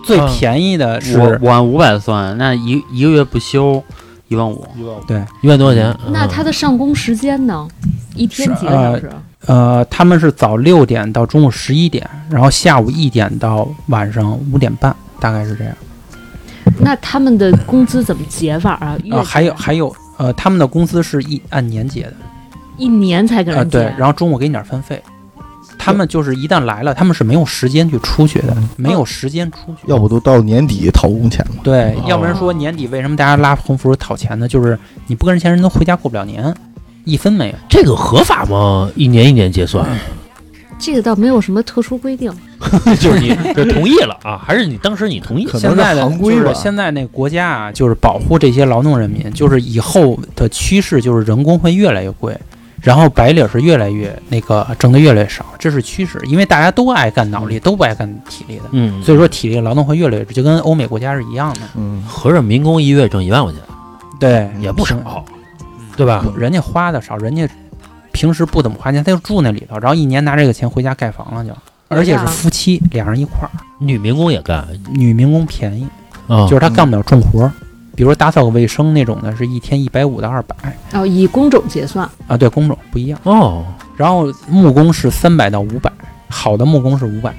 最
嗯
便宜的
我
是
我按五百算，那一一个月不休一万五，
一万五
一万多块钱。啊
那他的上工时间呢？一天啊
是
几个小
呃
时？
呃，他们是早六点到中午十一点，然后下午一点到晚上五点半，大概是这样。
那他们的工资怎么结法啊？月
呃，还有
结
还有呃，他们的工资是一按年结的。
一年才给
啊，
人结，
对，然后中午给你点饭费。他们就是一旦来了，他们是没有时间去出去的，
嗯
没有时间出去。
要不都到年底讨工钱了。
对，
哦
要不然说年底为什么大家拉横幅讨钱呢？就是你不跟人钱，人都回家过不了年，一分没有。
这个合法吗？一年一年结算，
这个倒没有什么特殊规定。
(laughs) 就是你这同意了啊，还是你当时你同意？
可能
现
是
在的
行规
就是
吧
现在那国家啊，就是保护这些劳动人民，就是以后的趋势就是人工会越来越贵，然后白领是越来越那个挣的越来越少，这是趋势，因为大家都爱干脑力，都不爱干体力的，
嗯，
所以说体力劳动会越来越就跟欧美国家是一样的。
嗯，
合着民工一月挣一万块钱
对，
哎也不少，对吧？
人家花的少，人家平时不怎么花钱，他就住那里头，然后一年拿这个钱回家盖房了就，而且是夫妻俩人一块儿，
女民工也干
女民工便宜，
啊，
就是她干不了重活儿，比如说打扫个卫生那种的，是一天一百五到二百
哦，以工种结算，
啊，对，工种不一样。
哦
然后木工是三百到五百，好的木工是五百，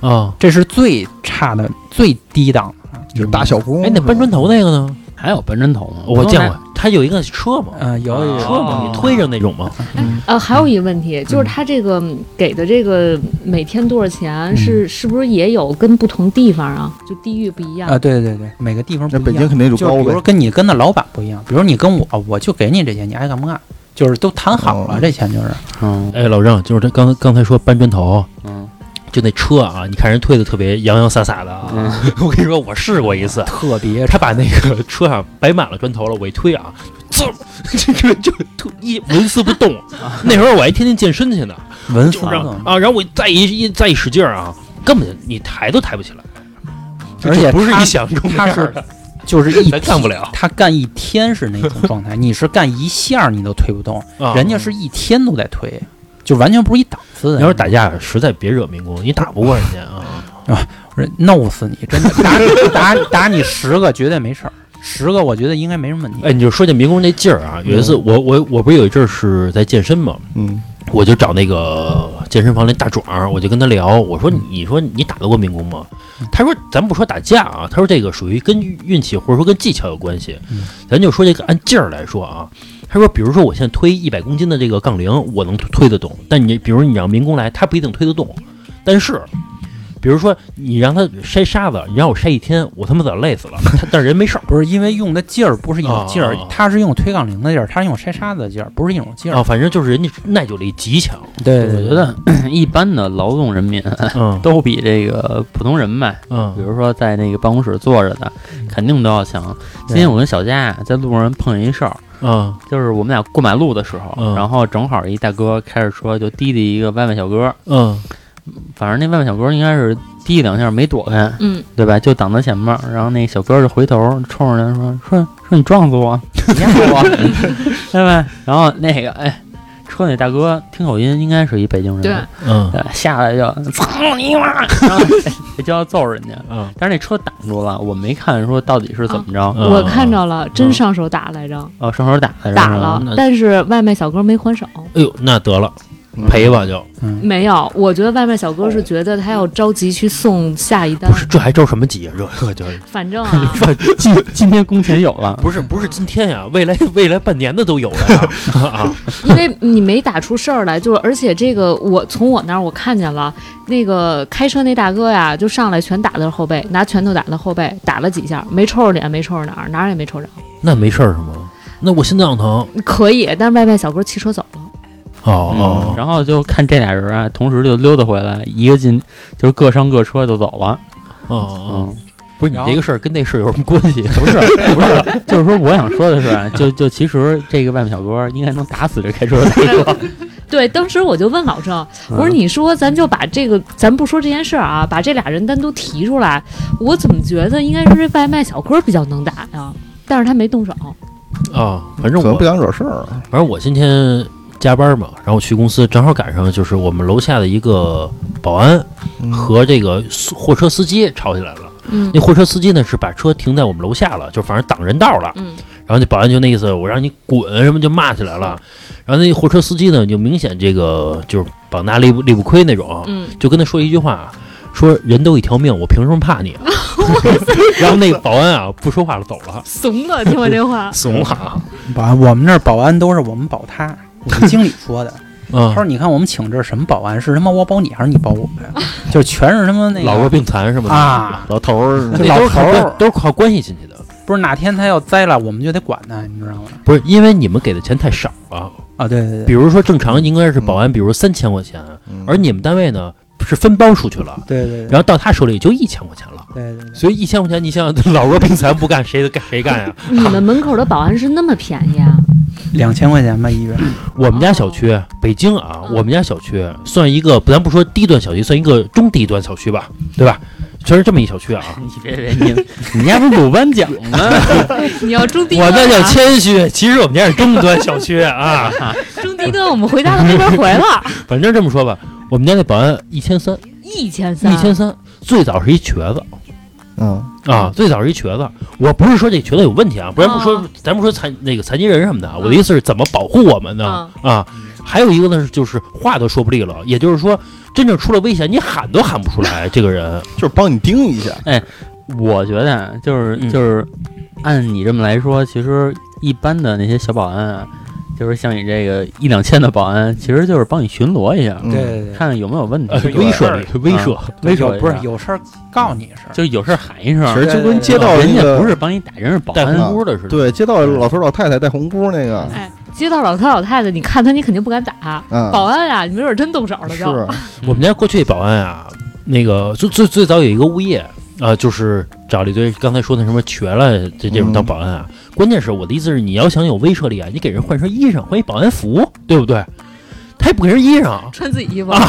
啊，
这是最差的、最低档的，啊
就是打小工。
哎哎，那搬砖头那个呢？
还有搬砖头呢。
我见过，啊它有一个车嘛，
嗯，
啊
有有
车嘛，你推着那种嘛，
嗯
呃，还有一个问题就是他这个给的这个每天多少
嗯
钱是是不是也有跟不同地方啊，就地域不一样
啊，对对对，每个地方不
那
一样。
北京肯定就
就
高
是比如
呗。
跟你跟那老板不一样，比如你跟我，我就给你这钱，你爱干不干，就是都谈好了，
哦
这钱就是
嗯
哎，老郑，就是他刚刚才说搬砖头，
嗯
就那车啊，你看人推的特别洋洋洒洒的啊，
嗯，
(laughs) 我跟你说，我试过一次，
特别
他把那个车上摆满了砖头了，我一推啊，噌， (laughs) 这车就突一纹丝不动。那时候我还天天健身去呢，
文
就
风
是啊，啊然后我再一一再一使劲儿啊，根本你抬都抬不起来，
而且
就不是
他
你想中那
他
样
是
的，
就是一
咱干不了
他干一天是那种状态，你是干一下儿你都推不动，
啊。
人家是一天都在推，就完全不是一档次的。
你要是打架，实在别惹民工，你打不过人家啊。
人弄死你，真的 (laughs) 打你打你打你十个绝对没事儿，十个我觉得应该没什么问题。
哎，你就说这民工那劲儿啊，有一次
嗯
我我我不是有一阵儿是在健身嘛，
嗯，
我就找那个健身房那大壮儿，我就跟他聊，我说你说你打得过民工吗？他说咱不说打架啊，他说这个属于跟运气或者说跟技巧有关系
嗯，
咱就说这个按劲儿来说啊。他说，比如说我现在推一百公斤的这个杠铃，我能推得动，但你比如你让民工来，他不一定推得动。但是，比如说你让他筛沙子，你让我筛一天，我他妈早累死了。 (laughs) 他但是人
(laughs)
没事儿
不是因为用的劲儿，不是一种劲儿
啊啊啊，
他是用推杠铃的劲儿，他是用筛沙子的劲儿，不是一种劲
啊，
儿。
反正就是人家耐久力极强。
哦对
我觉 (clears throat) 得一般的劳动人 (laughs) 民
嗯
都比这个普通人呗，比
嗯，
如说在那个办公室坐着的，肯定都要强。今天我跟小佳啊在路上碰见一事儿，
啊
就是我们俩过马路的时候，
嗯
然后正好一大哥开着车就滴滴一个外卖小哥，
嗯
反正那外卖小哥应该是滴两下没躲开，
嗯，
对吧？就挡在前面儿，然后那小哥就回头冲着他说：“说说你撞死我，你压我，
(laughs)
对吧？”然后那个哎，车那大哥听口音应该是一北京人，
对，
嗯
对，下来就操你
(laughs)
妈，然后这就要揍人家。
嗯，
但是那车挡住了，我没看说到底是怎么着，
嗯
我看着了，真上手打来着，
哦，上手打的是吧
打了
那，
但嗯是外卖小哥没还手。
哎呦，那得了，
嗯
赔吧就。
嗯，
没有，我觉得外卖小哥是觉得他要着急去送下一单
不，是，这还着什么急啊？这这这
反正啊，
今今天工钱有了，
不是不是今天呀，未来 (laughs) 未来半年的都有了 (laughs) 呀啊！
因为你没打出事儿来，就是而且这个我从我那儿我看见了，那个开车那大哥呀，就上来全打他后背，拿拳头打他后背，打了几下，没抽着脸，没抽着哪儿，哪儿也没抽着。
那没事儿是吗？那我心脏疼
可以，但是外卖小哥骑车走了。
哦
嗯然后就看这俩人啊，同时就溜达回来，一个进就是各上各车就走了。
哦哦，
嗯，
不是你
然后
这个事儿跟那事儿有什么关系？
不是不 (laughs) 是，就是说我想说的是，就就其实这个外卖小哥应该能打死这开车的大哥。
对，当时我就问老郑，
嗯
我说：“你说咱就把这个，咱不说这件事儿啊，把这俩人单独提出来，我怎么觉得应该是这外卖小哥比较能打呀？但是他没动手。
啊，反正
可能
我
不想惹事儿啊。
反正我今天加班嘛，然后去公司正好赶上就是我们楼下的一个保安
嗯
和这个司货车司机吵起来了。
嗯
那货车司机呢是把车停在我们楼下了，就反正挡人道了。
嗯
然后那保安就那意思，我让你滚什么就骂起来了。然后那货车司机呢，就明显这个就是膀大力不力不亏那种，
嗯，
就跟他说一句话，说人都一条命，我凭什么怕你啊？ (laughs) 然后那个保安啊不说话了，走了，。
怂了，听我这话
怂了啊。
保安，我们那儿保安都是我们保他，我们经理说 (laughs) 的。他说：“
嗯，
你看我们请这儿什么保安？是他妈我保你还是你保我 (laughs) 呀？就是全是他妈那个
老弱病残什么的
啊，
老头儿
那都是靠
老头儿
都是靠关系进去的，
不是哪天他要栽了，我们就得管他，你知道吗？
不是因为你们给的钱太少了。
啊，对对
比
对，
如说正常应该是保安，比如三千块钱，
嗯
而你们单位呢是分包出去了，
对对
然后到他手里就一千块钱了。
对对对，
所以一千块钱，你想想， (laughs) 老弱病残不干，谁干谁干
(laughs)
呀？
你们门口的保安是那么便宜啊？
两千块钱吧 (laughs) 一月，
我们家小区，北京啊，
嗯
我们家小区算一个，咱不说低端小区，算一个中低端小区吧，对吧？全是这么一小区啊。
你别别你你家不是鲁班奖吗？
(laughs) 你要 (laughs) 中低
我
端、啊，
那叫谦虚，其实我们家是中端小区
(laughs)
啊。
中低端，我们回家都没法回了，
反正这么说吧，我们家那保安一千三，
一千三，
一千三，最早是一瘸子。
嗯，
啊，最早是一瘸子，我不是说这瘸子有问题啊，不然不说，
啊
咱不说残那个残疾人什么的啊，
嗯
我的意思是怎么保护我们呢？啊，还有一个呢，就是话都说不利落，也就是说，真正出了危险，你喊都喊不出来，这个人
就是帮你盯一下。
(laughs) 我觉得啊就是
嗯
就是，按你这么来说，其实一般的那些小保安啊，就是像你这个一两千的保安，其实就是帮你巡逻一下，
嗯
对对对，
看看有没嗯有问题，
呃，威慑力，威慑，
威
有
慑一
不是
下
有事儿告你一声，
就有事儿喊一声。
啊
其实就跟街道
人
那
家
个
不是帮你打，人是保
带
安。
红箍的似的。
对街道老头老太太戴红箍那个，
哎，街道老头老太太，你看他，你肯定不敢打。
嗯，
保安啊，你没准真动手了
是
就。
我们家过去保安啊，那个最最最早有一个物业啊、就是找了一堆刚才说的什么瘸了这这种当保安啊。关键是我的意思是，你要想有威慑力啊，你给人换身衣裳，换一保安服，对不对？他也不给人衣裳，
穿自己衣服，
啊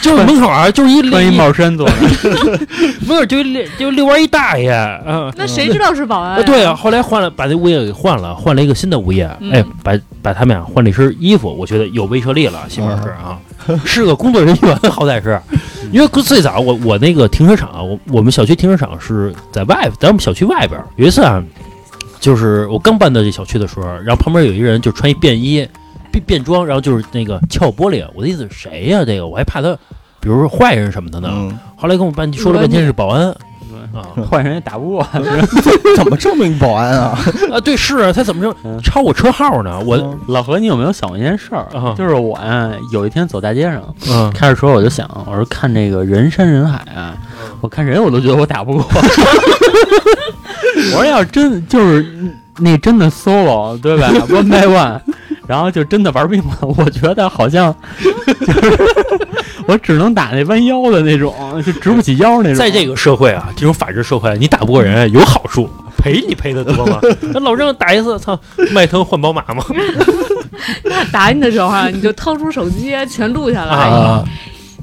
就是门口啊，就是一
穿一
一
帽衫坐着，
没有，就一遛就遛弯一大爷，嗯、
那谁知道是保安、
啊，对啊，，后来换了，把那物业给换了，换了一个新的物业，
嗯
哎，把把他们俩换了一身衣服，我觉得有威慑力了，起码是啊，是个工作人员，好歹是，因为最早我我那个停车场啊，我我们小区停车场是在外，在我们小区外边儿。有一次啊，就是我刚搬到这小区的时候，然后旁边有一个人就穿一便衣、便便装，然后就是那个撬玻璃，我的意思是谁呀、这个我还怕他，比如说坏人什么的呢。
嗯，
后来跟我们班说了半天是保安啊。
换人也打不 (laughs) 过。
怎么证明保安啊？
啊，对，是啊，他怎么
嗯
着抄我车号呢？我
嗯
老何，你有没有想过一件事儿
啊？
就是我呀，有一天走大街上，
嗯，
开始时候我就想，我说看这个人山人海啊，我看人我都觉得我打不过。 (laughs) 我说要真就是那真的 solo 对吧？One by one，然后就真的玩命了。我觉得好像 (laughs) 就是我只能打那弯腰的那种，就直不起腰那种。
嗯在这
个
个社会啊，这种法治社会，你打不过人有好处，赔你赔的多吗？那老郑打一次，操，迈腾换宝马吗？
那打你的时候啊，你就掏出手机全录下来，
啊，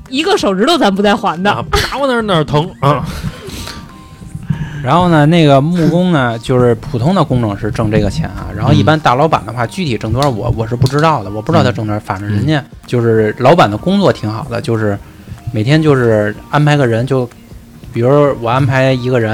一个手指头咱不带还的。
啊
那啊打我哪儿哪儿疼啊？
然后呢，那个木工呢，就是普通的工程师挣这个钱 (laughs) 啊。然后一般大老板的话，具体挣多少我我是不知道的，我不知道他挣多少。反正人家就是老板的工作挺好的，就是每天就是安排个人，就比如我安排一个人，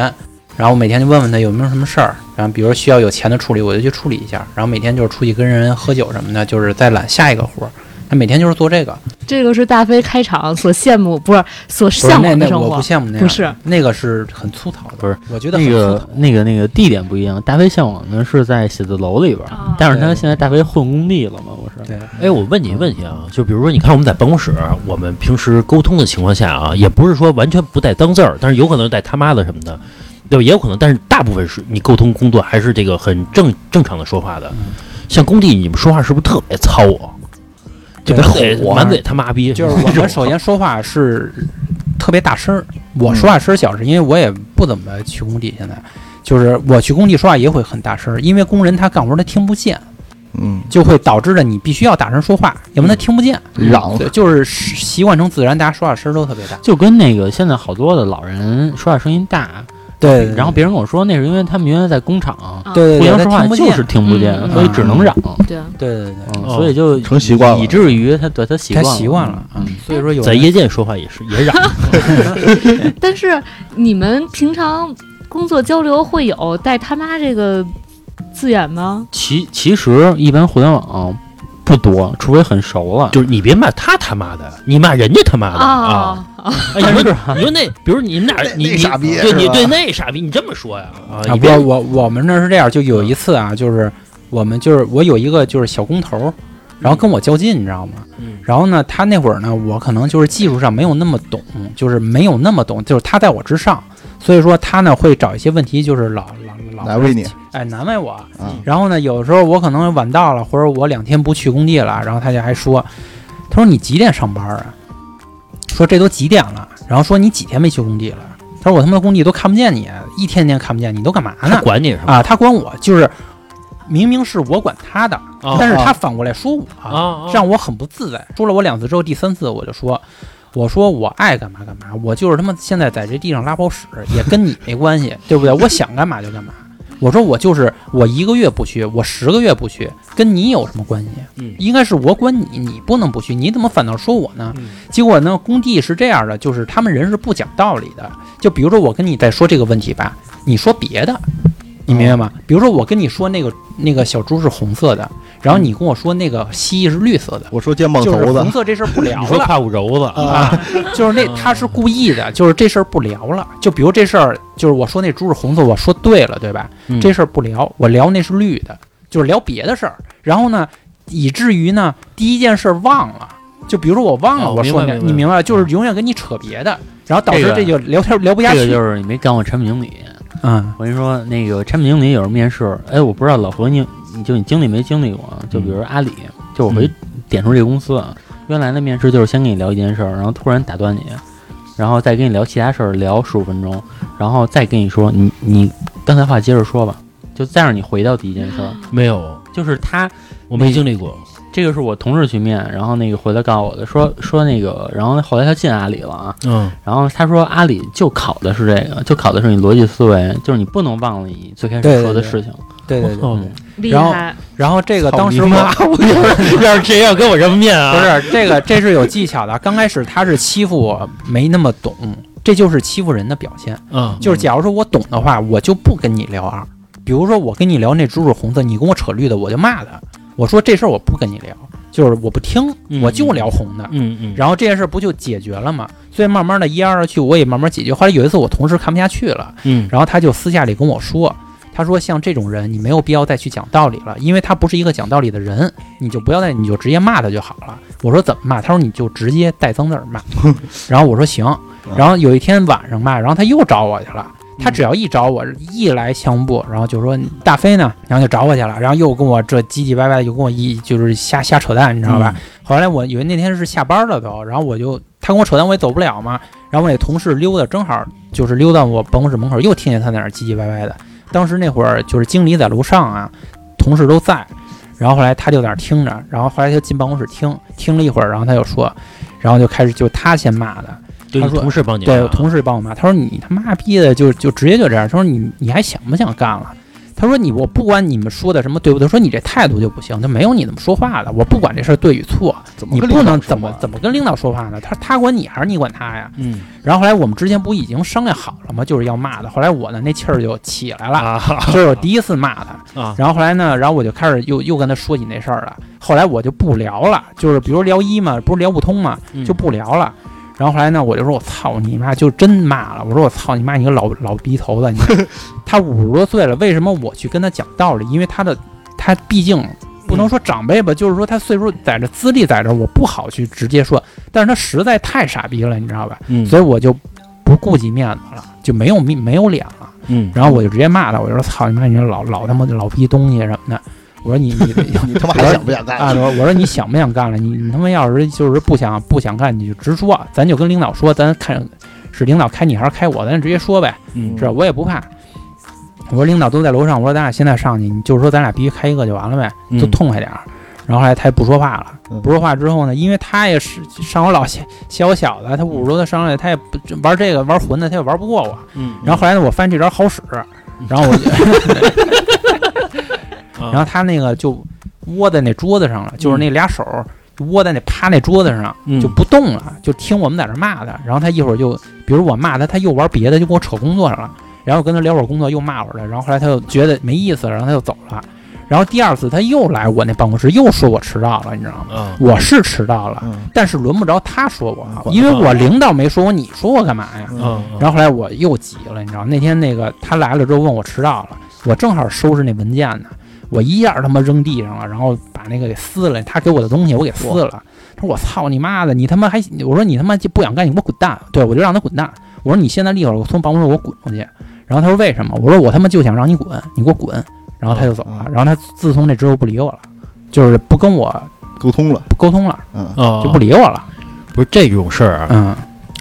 然后我每天就问问他有没有什么事儿，然后比如需要有钱的处理，我就去处理一下。然后每天就是出去跟人喝酒什么的，就是再揽下一个活儿。他每天就是做这个，
这个是大飞开场所羡慕，不是所
不是
向
那
往的
那
生
我
活
不。羡慕那样，
不是
那个是很粗糙的，
不是
我觉得很
那
粗糙。
个那个那个地点不一样，大飞向往呢是在写字楼里边儿
啊，
但是他现在大飞混工地了嘛，不是？
对，
哎，我问你一个问题啊，就比如说，你看我们在办公室，我们平时沟通的情况下啊，也不是说完全不带脏字儿，但是有可能带他妈的什么的，对吧？也有可能，但是大部分是你沟通工作还是这个很正正常的说话的。
嗯
像工地，你们说话是不是特别糙啊？就
对
满嘴
吼啊
满嘴他妈逼，
就是我们首先说话是特别大声儿，我
嗯
说话声儿小是因为我也不怎么去工地，现在就是我去工地说话也会很大声儿，因为工人他干活他听不见，
嗯，
就会导致着你必须要大声说话，要不然
嗯
他听不见。
嚷
对，就是习惯成自然，大家说话声儿都特别大。
就跟那个现在好多的老人说话声音大，啊
对，
然后别人跟我说那是因为他们原来在工厂
啊
对嗯
互
对
相
对，
说
他
话
听不见
就是听不见，
嗯
所以只能嚷，
对，
对对对，
嗯
哦
所以就
成习惯了
以至于他对他习
他
惯了，
习惯了啊
嗯，
所以说有
(laughs) 在
人
夜间说话也是也嚷，
但是你们平常工作交流会有带他妈这个字眼吗？
其其实一般互联网不多，除非很熟了。
就是你别骂他他妈的，你骂人家他妈的啊！
啊，
哎，你说你说那，比如你们
(laughs)
俩
那
你
那
你
傻逼
对
是
你
吧
对那傻逼，你这么说呀？啊，
啊
你，别
我我我们那儿是这样，就
嗯
有一次啊，就是我们就是我有一个就是小工头儿，然后跟我较劲，你知道吗？
嗯
然后呢，他那会儿呢，我可能就是技术上没有那么懂，就是没有那么懂，就是他在我之上，所以说他呢会找一些问题，就是老老老
难为你
哎难为我。
啊，
然后呢，有时候我可能晚到了，或者我两天不去工地了，然后他就还说，他说你几点上班啊？说这都几点了？然后说你几天没去工地了？他说我他妈工地都看不见你，一天天看不见你，你都干嘛
他
呢？
管你是吧？
啊，他管我就是，明明是我管他的，
哦
啊
但是他反过来说我。
啊，啊
让我很不自在。说了我两次之后，第三次我就说，我说我爱干嘛干嘛，我就是他妈现在在这地上拉泡屎，也跟你没关系，对不对？我想干嘛就干嘛。我说我就是我一个月不去，我十个月不去，跟你有什么关系？
嗯
应该是我管你，你不能不去，你怎么反倒说我呢？
嗯
结果呢，工地是这样的，就是他们人是不讲道理的。就比如说我跟你在说这个问题吧，你说别的，你明白吗？比如说我跟你说那个那个小猪是红色的，然后你跟我说那个蜥蜴是绿色的，
我说肩膀
就是
头
红
子，
色这事儿不聊
你说
了。
(laughs) 怕骨轴子，
啊，就是那他是故意的，就是这事儿不聊了。就比如这事儿，就是我说那猪是红色，我说对了，对吧？
嗯
这事儿不聊，我聊那是绿的，就是聊别的事儿。然后呢，以至于呢，第一件事儿忘了。就比如说我忘了，
哦
我说
明白
那
明白嗯
你明白，就是永远跟你扯别的，然后导
这
致
个
这就聊天聊不下
这个
去
就是你嗯没干过产品经理。
啊。
我跟你说，那个产品经理有时候面试，哎，我不知道老何你你就你经历没经历过啊？就
嗯
比如阿里，就我回点出这公司啊，原来的面试就是先跟你聊一件事儿，然后突然打断你，然后再跟你聊其他事儿，聊十五分钟，然后再跟你说你你刚才话接着说吧，就再让你回到第一件事儿，
嗯
没有，就是他
我
没
经历过，
这个是我同事去面，然后那个回来告诉我的，说说那个，然后后来他进阿里了啊，
嗯，
然后他说阿里就考的是这个，就考的是你逻辑思维，就是你不能忘了你最开
对
始
对
说的
对
事情。
对对
哦
对。
嗯
厉
然后啊
害，
然后这个当时
操
我
你
(laughs)
妈
要是谁要跟我这么
(laughs)
面啊
不，是这个，这是有技巧的。刚开始他是欺负我没那么懂，这就是欺负人的表现。
嗯，
就是假如说我懂的话，我就不跟你聊二。比如说我跟你聊那猪是红色，你跟我扯绿的，我就骂他。我说这事儿我不跟你聊，就是我不听，
嗯
我就聊红的。
嗯嗯，
然后这件事不就解决了吗？所以慢慢的，一来二去，我也慢慢解决。后来有一次我同事看不下去了，
嗯
然后他就私下里跟我说，他说像这种人，你没有必要再去讲道理了，因为他不是一个讲道理的人，你就不要再，你就直接骂他就好了。我说怎么骂？他说你就直接带脏字儿骂。然后我说行。然后有一天晚上吧，然后他又找我去了。他只要一找我，一来枪部，然后就说大飞呢，然后就找我去了，然后又跟我这唧唧歪歪的，又跟我一就是瞎瞎扯淡，你知道吧？后来我以为那天是下班了都，然后我就他跟我扯淡，我也走不了嘛。然后我那同事溜达，正好就是溜到我办公室门口，又听见他在那儿唧唧歪歪的。当时那会儿就是经理在楼上啊，同事都在。然后后来他就在那儿听着，然后后来他就进办公室听，听了一会儿，然后他就说，然后就开始就他先骂的，
就
他
是
说
同事帮你啊
对，
拿
啊
我同事帮我骂，他说你他妈逼的就就直接就这样，他说你你还想不想干了？他说你我不管你们说的什么对不对，说你这态度就不行，他没有你那么说话的，我不管这事儿对与错，
怎么
你
跟
不
领导
能
说啊
怎么
话
怎么跟领导说话呢？他他管你还是你管他呀？
嗯
然后后来我们之前不已经商量好了吗？就是要骂的。后来我呢那气儿就起来了，
啊
这是我第一次骂他。
啊，
然后后来呢，然后我就开始又又跟他说起那事儿了。后来我就不聊了，就是比如聊一嘛，不是聊不通嘛，
嗯
就不聊了。然后后来呢，我就说我操你妈，就真骂了。我说我操你妈，你个老老逼头子，你 (laughs) 他五十多岁了，为什么我去跟他讲道理？因为他的他毕竟不能说长辈
嗯
吧，就是说他岁数在这，资历在这，我不好去直接说。但是他实在太傻逼了，你知道吧？
嗯
所以我就不顾及面子了，就没有面没有脸了。
嗯，
然后我就直接骂他，我就说操你妈，你这老老他妈的老逼东西什么的。我说你
(laughs)
你
你他妈还想不想
啊，
干？
我我说你想不想干了？你你他妈要是就是不想不想干，你就直说，咱就跟领导说，咱看是领导开你还是开我，咱就直接说呗，
嗯
是吧我也不怕。我说领导都在楼上，我说咱俩现在上去，你就是说咱俩必须开一个就完了呗，
嗯
就痛快点儿。然后后来他也不说话了，
嗯
不说话之后呢，因为他也是上我老下下我小子，他五十多岁上来他也不玩这个玩混的，他也玩不过我。
嗯，
然后后来呢，我发现这招好使，然
(laughs)
后我就，
嗯
然后他那个就窝在那桌子上了，就是那俩手窝在那趴那桌子上
嗯
就不动了，就听我们在这骂他。然后他一会儿就，比如我骂他，他又玩别的，就跟我扯工作上了。然后跟他聊会儿工作，又骂会儿他。然后后来他又觉得没意思了，然后他就走了。然后第二次他又来我那办公室，又说我迟到了，你知道吗？
啊，
我是迟到了，
嗯
但是轮不着他说我
嗯，管
因为
他
我领导没说我，你说我干嘛呀？
嗯，
然后后来我又急了，你知道，那天那个他来了之后问我迟到了，我正好收拾那文件呢，我一下他妈扔地上了，然后把那个给撕了，他给我的东西我给撕了。他说我操你妈的，你他妈还我说你他妈就不想干，你给我滚蛋！对我就让他滚蛋，我说你现在立刻从办公室给我滚出去。然后他说为什么？我说我他妈就想让你滚，你给我滚。然后他就走了。然后他自从那之后不理我了，就是不跟我
沟通了，
沟通了，
嗯，
啊
就不理我了。
不是这种事儿啊，
嗯，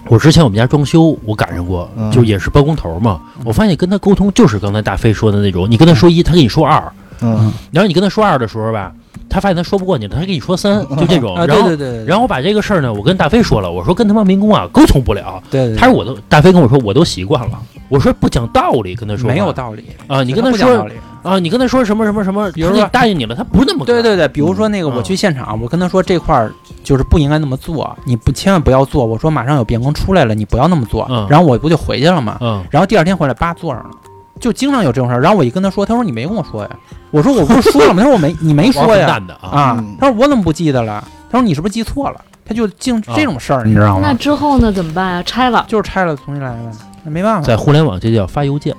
我之前我们家装修，我赶上过，
嗯
就也是包工头嘛。我发现跟他沟通就是刚才大飞说的那种，你跟他说一，他跟你说二，
嗯
然后你跟他说二的时候吧，他发现他说不过你了，他跟你
(laughs)
说三，就这种。
啊，
然
对
后，
对对，
然
后
后我把这个事儿呢，我跟大飞说了，我说跟他妈民工啊沟通不了。
对对，
他说我都，大飞跟我说我都习惯了。我说不讲道理，跟他说话
没有道理，
啊，你跟他
不讲道
说
理。
啊，你跟他说什么什么什么，
比如
他
说
就答应你了，他不是那么
对对对，比如说那个，
嗯
我去现场，我跟他说这块儿就是不应该那么做，你不千万不要做。我说马上有变更出来了，你不要那么做
嗯。
然后我不就回去了吗？
嗯
然后第二天回来，叭坐上了，就经常有这种事儿。然后我一跟他说，他说你没跟我说呀。我说我不是说
(laughs)
了吗？他说我没，你没说
玩混
呀
蛋的啊，
啊
嗯！
他说我怎么不记得了？他说你是不是记错了？他就
嗯
净这种事儿，你知道
那
吗？
之后呢？怎么办啊？拆了。
就是拆了重新来呗，那没办法。
在互联网这叫发邮件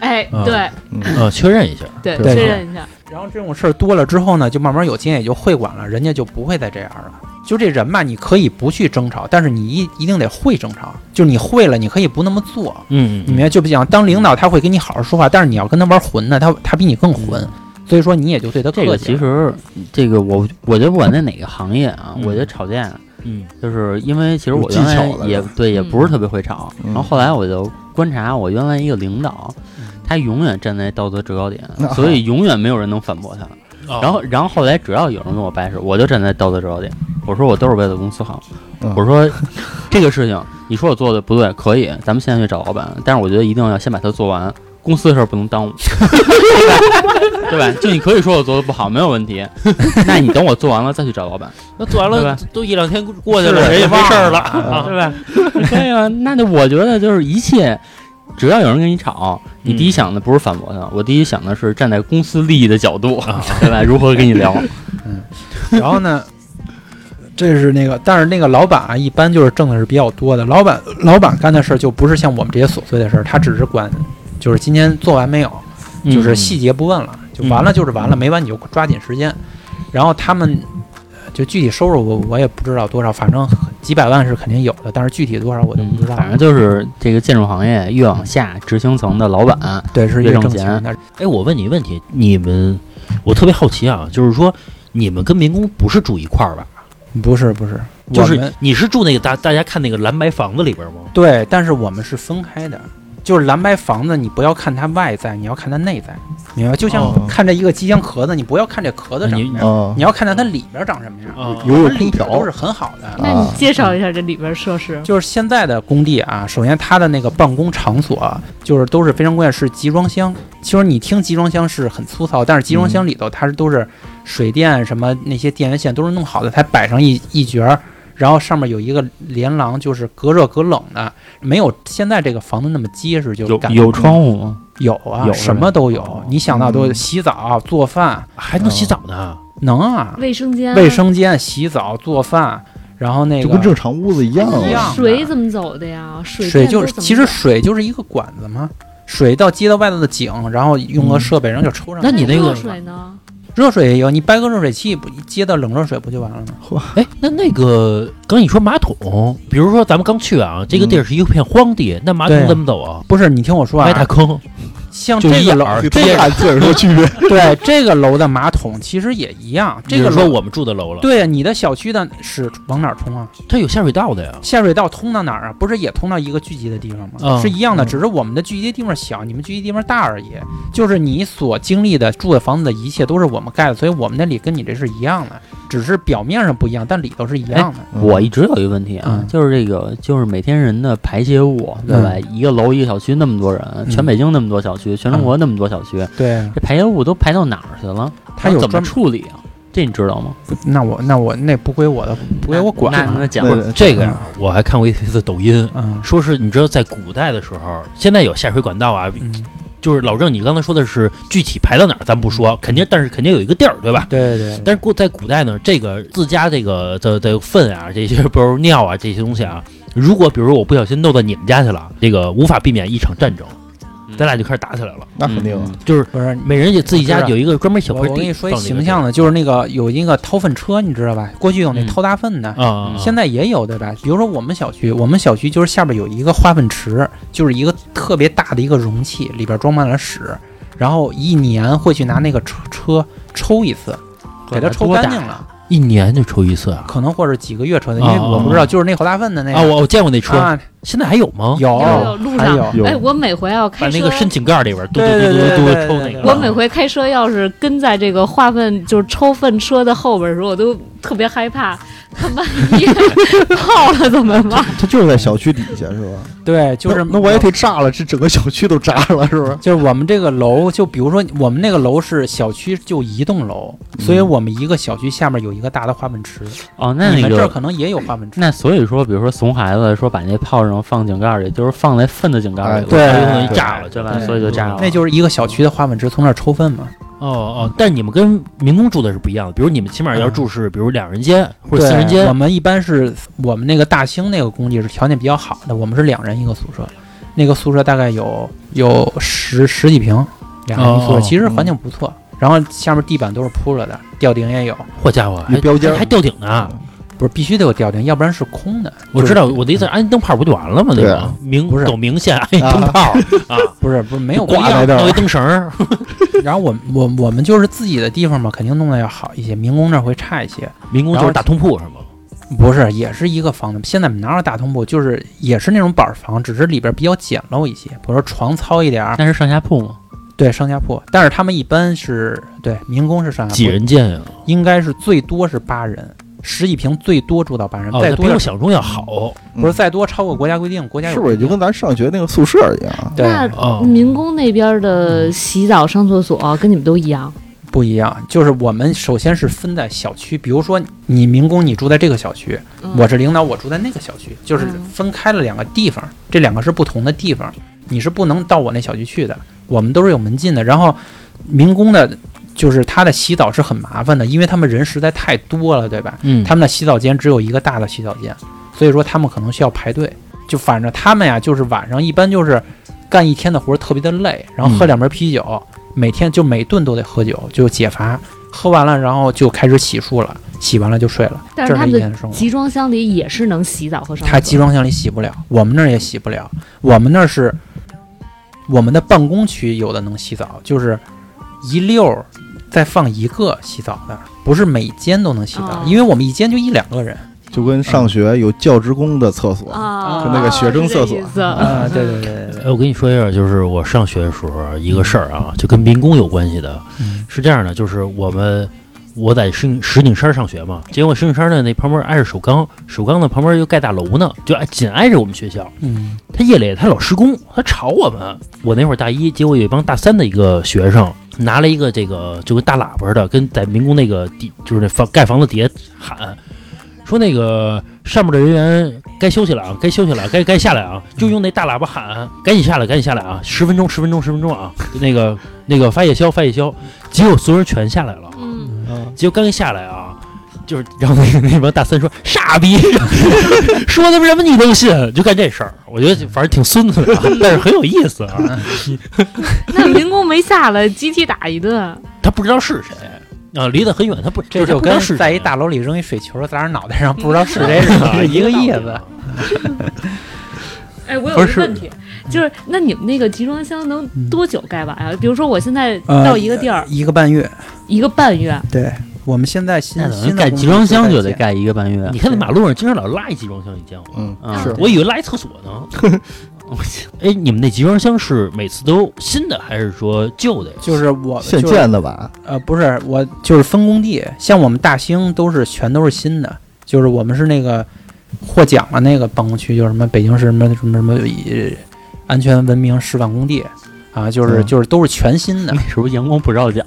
哎，
啊
对
嗯
嗯
啊，确认一下。
对，
对啊
确认一下。
然后这种事儿多了之后呢，就慢慢有经验，也就会管了，人家就不会再这样了。就这人吧，你可以不去争吵，但是你一一定得会争吵。就是你会了，你可以不那么做。
嗯，
你明白？就不讲当领导，他会跟你好好说话，但是你要跟他玩混呢，他他比你更混，所以说你也就对他
这
客
个
气
其
了。
实，这个我我觉得不管在哪个行业啊，
嗯
我觉得吵架
嗯
就是因为其实
有
我
技
原来
巧的
也
是吧
对也
嗯
不是特别会吵，然后
嗯
后来我就观察我原来一个领导，他永远站在道德制高
(laughs)
点
那，好
所以永远没有人能反驳他。然
啊
后然后后来只要有人跟我掰扯，我就站在道德制高点，我说我都是为了公司好，
嗯
我说这个事情你说我做的不对，可以，咱们现在去找老板，但是我觉得一定要先把它做完，公司的事儿不能耽误， (laughs) 对吧？就你可以说我做的不好，没有问题，那你等我做完了再去找老板，
那做完
对
了
吧
都一两天过去
是
了，人也没事儿了
啊
啊。
对吧？对啊，那就我觉得就是一切，只要有人跟你吵，你第一想的不是反驳他，我第一想的是站在公司利益的角度，对吧？如何跟你聊？
然后呢，这是那个，但是那个老板啊，一般就是挣的是比较多的。老板老板干的事儿就不是像我们这些琐碎的事儿，他只是管就是今天做完没有，
嗯
就是细节不问了，就完了就是完了，没完你就抓紧时间。然后他们呃就具体收入我我也不知道多少，反正几百万是肯定有的，但是具体多少我就
嗯
不知道了。
反正就是这个建筑行业越往下，执行层的老板，
对是
越
越
挣
挣
钱
钱的，
哎，我问你一个问题，你们，我特别好奇啊，就是说你们跟民工不是住一块儿吧？
不是不是，
就
我们
是你是住那个大大家看那个蓝白房子里边吗？
对，但是我们是分开的，就是蓝白房子，你不要看它外在，你要看它内在，明白吗？就像
哦
看这一个机箱壳子，你不要看这壳子长什么样，
啊
你要看到它里边长什么样。
啊
有
它
有
里
空
边都
调
是，很好的。
那你介绍一下这里边设施。
就是现在的工地啊，首先它的那个办公场所啊就是都是非常关键，是集装箱。其实你听集装箱是很粗糙，但是集装
嗯
箱里头它是都是水电什么那些电源线都是弄好的，它摆上一一角儿，然后上面有一个连廊，就是隔热隔冷的，没有现在这个房子那么结实，就感觉
户吗？
有啊，
有是
什
吧
么都有
哦，
你想到都有
嗯
洗澡、做饭，
还能
嗯
洗澡呢？
能啊，
卫生间、
卫生间、洗澡、做饭，然后那
就跟正
个
常屋子一样
一
啊。
样
嗯水怎么走的呀？水
水
电
就
都
是
怎么
其实
走
水就是一个管子嘛，水到接到外头的井，然后用个设备，然后就抽上来。
嗯那你那
热
个
水呢？
热水也有，你掰个热水器不接到冷热水不就完了吗？
哎，那那个刚你说马桶，比如说咱们刚去啊，这个地儿是一片荒地，那
嗯
马
对
桶
啊
怎么走啊？
不是，你听我说
挖
啊
大，坑，
像
就
这
一
个
眼
楼，
儿
你
这
别
个
看自个儿说区别，
对这个楼的马桶其实也一样，这
你
个
是说
楼
我们住的楼了，
对啊你的小区的屎往哪儿冲啊？
它有下水道的呀。
下水道通到哪儿啊？不是也通到一个聚集的地方吗？
嗯
是一样的，
嗯
只是我们的聚集地方小，你们聚集地方大而已。就是你所经历的住的房子的一切都是我们盖的，所以我们那里跟你这是一样的，只是表面上不一样，但里头是一样的。
我一直有一个问题啊，
嗯
就是这个，就是每天人的排泄物，对吧？一个楼一个小区那么多人，
嗯
全北京那么多小区，全中国那么多小区，
对，
这排泄物都排到哪儿去了？
它有
怎么
专
处理啊？这你知道吗？
那我那我那不归我的，不归我管
那那讲
对对
这个呀，我还看过一次抖音，
嗯
说是你知道在古代的时候，现在有下水管道啊，
嗯，
就是老郑，你刚才说的是具体排到哪儿，咱不说，肯定，但是肯定有一个地儿，对吧？
对对对，
但是古在古代呢，这个自家这个的的粪啊，这些比如尿啊这些东西啊，如果比如我不小心漏到你们家去了，这个无法避免一场战争，
嗯
咱俩就开始打起来了。
那肯定啊，
嗯
就是
不是。
每人也自己
我
家
知道
有一个专门小
我
块地，
我跟你说一
放这个
形象的，就是那个有一个掏粪车，你知道吧？过去有那
嗯
掏大粪的
地，儿啊，
现在也有对吧？比如说我们小区，我们小区就是下边有一个化粪池，就是一个特别大的一个容器，里边装满了屎，然后一年会去拿那个车车抽一次，给它抽干净了，
一年就抽一次啊。
可能或者几个月抽的，因
啊
为我不知道，就是那口大粪的那个
啊，我我见过那车，
啊，
现在还有吗？
有
有有路上
还有
有
哎，我每回要
把
开
那
车
个深井盖里边嘟嘟
对对
嘟
对
嘟嘟
对对
抽
对
那
对
个。
我每回开车要是跟在这个化粪就是抽粪车的后边的时候，我都特别害怕，他万一 (laughs) 泡了怎么办？
它就是在小区底下是吧？
对，就是
那那我也。得炸了，这整个小区都炸了是吧？
就是我们这个楼，就比如说我们那个楼是小区，就一栋楼，所以我们一个小区下面有一个大的化粪池。
哦，那
你
那
们这儿
个。
可能也有化粪池。
那所以说，比如说怂孩子说把那炮仗放井盖里，就是放在粪的井盖里了，
哎对
它就容易
对
炸了，对吧？
对
所以就炸了。
那就是一个小区的化粪池从那儿抽粪嘛。
哦哦，但你们跟民工住的是不一样的，比如你们起码要住是，比如两人间或者
嗯对，啊
四人
我
间。
们一般是我们那个大兴那个工地是条件比较好的，我们是两人一个宿舍，那个宿舍大概有有十十几平，两人一宿舍，
哦
其实环境不错。然后下面地板都是铺了的，吊顶也有，
好家伙，还
那标间儿
还还吊顶呢！
不是必须得有吊顶，要不然是空的。
我知
道，
道我的意思，安灯泡不就完了吗？那
对
个
啊
明
不是
走明线安
哎
一灯
(laughs)
泡啊，
不是不是没有
挂
必要
在这儿
弄一灯
(laughs)
绳儿。
然后我们我我们就是自己的地方嘛，肯定弄得要好一些，民工那儿会差一些。
民工就
然
是
后
大通铺是吗？
不是，也是一个房子。现在我们哪有大通铺，就是也是那种板儿房，只是里边比较简陋一些，比如说床糙一点儿，
那是上下铺吗？
对，上下铺。但是他们一般是对民工是上下铺，
几人间啊呀？
应该是最多是八人，十几平最多住到八人，
哦，
再
那比
多
我想中要好。
不是再多超过国家规定，国家有
是不是也就跟咱上学那个宿舍一样？啊
对
那
哦
民工那边的洗澡、上厕所跟你们都一样，
不一样？就是我们首先是分在小区，比如说你民工你住在这个小区，我是领导我住在那个小区，就是
嗯
分开了两个地方，这两个是不同的地方，你是不能到我那小区去的，我们都是有门禁的。然后民工的。就是他的洗澡是很麻烦的，因为他们人实在太多了，对吧？
嗯
他们的洗澡间只有一个大的洗澡间，所以说他们可能需要排队。就反正他们呀，就是晚上一般就是干一天的活儿特别的累，然后喝
嗯
两瓶啤酒，每天就每顿都得喝酒，就解乏。喝完了，然后就开始洗漱了，洗完了就睡了。
但
这
是
是
他
他一
们
天
的
的生活。
集装箱里也是能洗澡和上厕所。
他集装箱里洗不了，我们那儿也洗不了。我们那儿是我们的办公区有的能洗澡，就是一溜儿再放一个洗澡的，不是每间都能洗澡，
哦
因为我们一间就一两个人。
就跟上学有教职工的厕所，
啊，
就那
个学生厕所
是这意思
啊，对对 (laughs) 对对对，
哎，我跟你说一下，就是我上学的时候啊一个事儿啊，就跟民工有关系的，
嗯
是这样的，就是我们我在石石景山上学嘛，结果石景山的那旁边挨着首钢，首钢的旁边又盖大楼呢，就挨紧挨着我们学校。
嗯，
他夜里他老施工，他吵我们。我那会儿大一，结果有一帮大三的一个学生拿了一个这个就跟大喇叭似的，跟在民工那个地就是那房盖房子底下喊，说那个上面的人员该休息了啊，该休息了，该该下来啊，就用那大喇叭喊，赶紧下来，赶紧下来啊，十分钟，十分钟，十分钟啊，那个那个发夜宵，发夜宵，结果所有人全下来了。
嗯，
结果刚一下来啊，就是然后那个那帮大三说傻逼， (laughs) 说他妈什么你都信，就干这事儿。我觉得反正挺孙
(laughs)
子的啊，但是很有意思啊。
那民工没下来，集体打一顿。
他不知道是谁啊，离得很远，他不
这就
就
是
他不知道
跟
是谁
在一大楼 (laughs) 里扔一水球砸人脑袋上，不知道是谁 (laughs)
啊
是一
(laughs)
个意思。
啊。
哎，我
不
有一
是嗯
个问题，就是那你们那个集装箱能多久盖完啊？比如说我现在
呃
到一个地儿，
一个半月，
一个半月，
对我们现在新
那等于
新
盖集装箱就得
盖，
盖一个半月。
你看那马路上经常老拉一集装箱，你见过吗？
嗯，
嗯
是
我以为拉一厕所呢。
(laughs)
哎，你们那集装箱是每次都新的还是说旧的呀？
就是我
现
就是
建的吧？
呃不是我就是分工地，像我们大兴都是全都是新的，就是我们是那个获奖了那个办公区，就是什么北京市什么什么什么呃安全文明示范工地啊，就是
嗯
就是都是全新 (laughs) 的
那，是不 (laughs) 是阳光普照奖？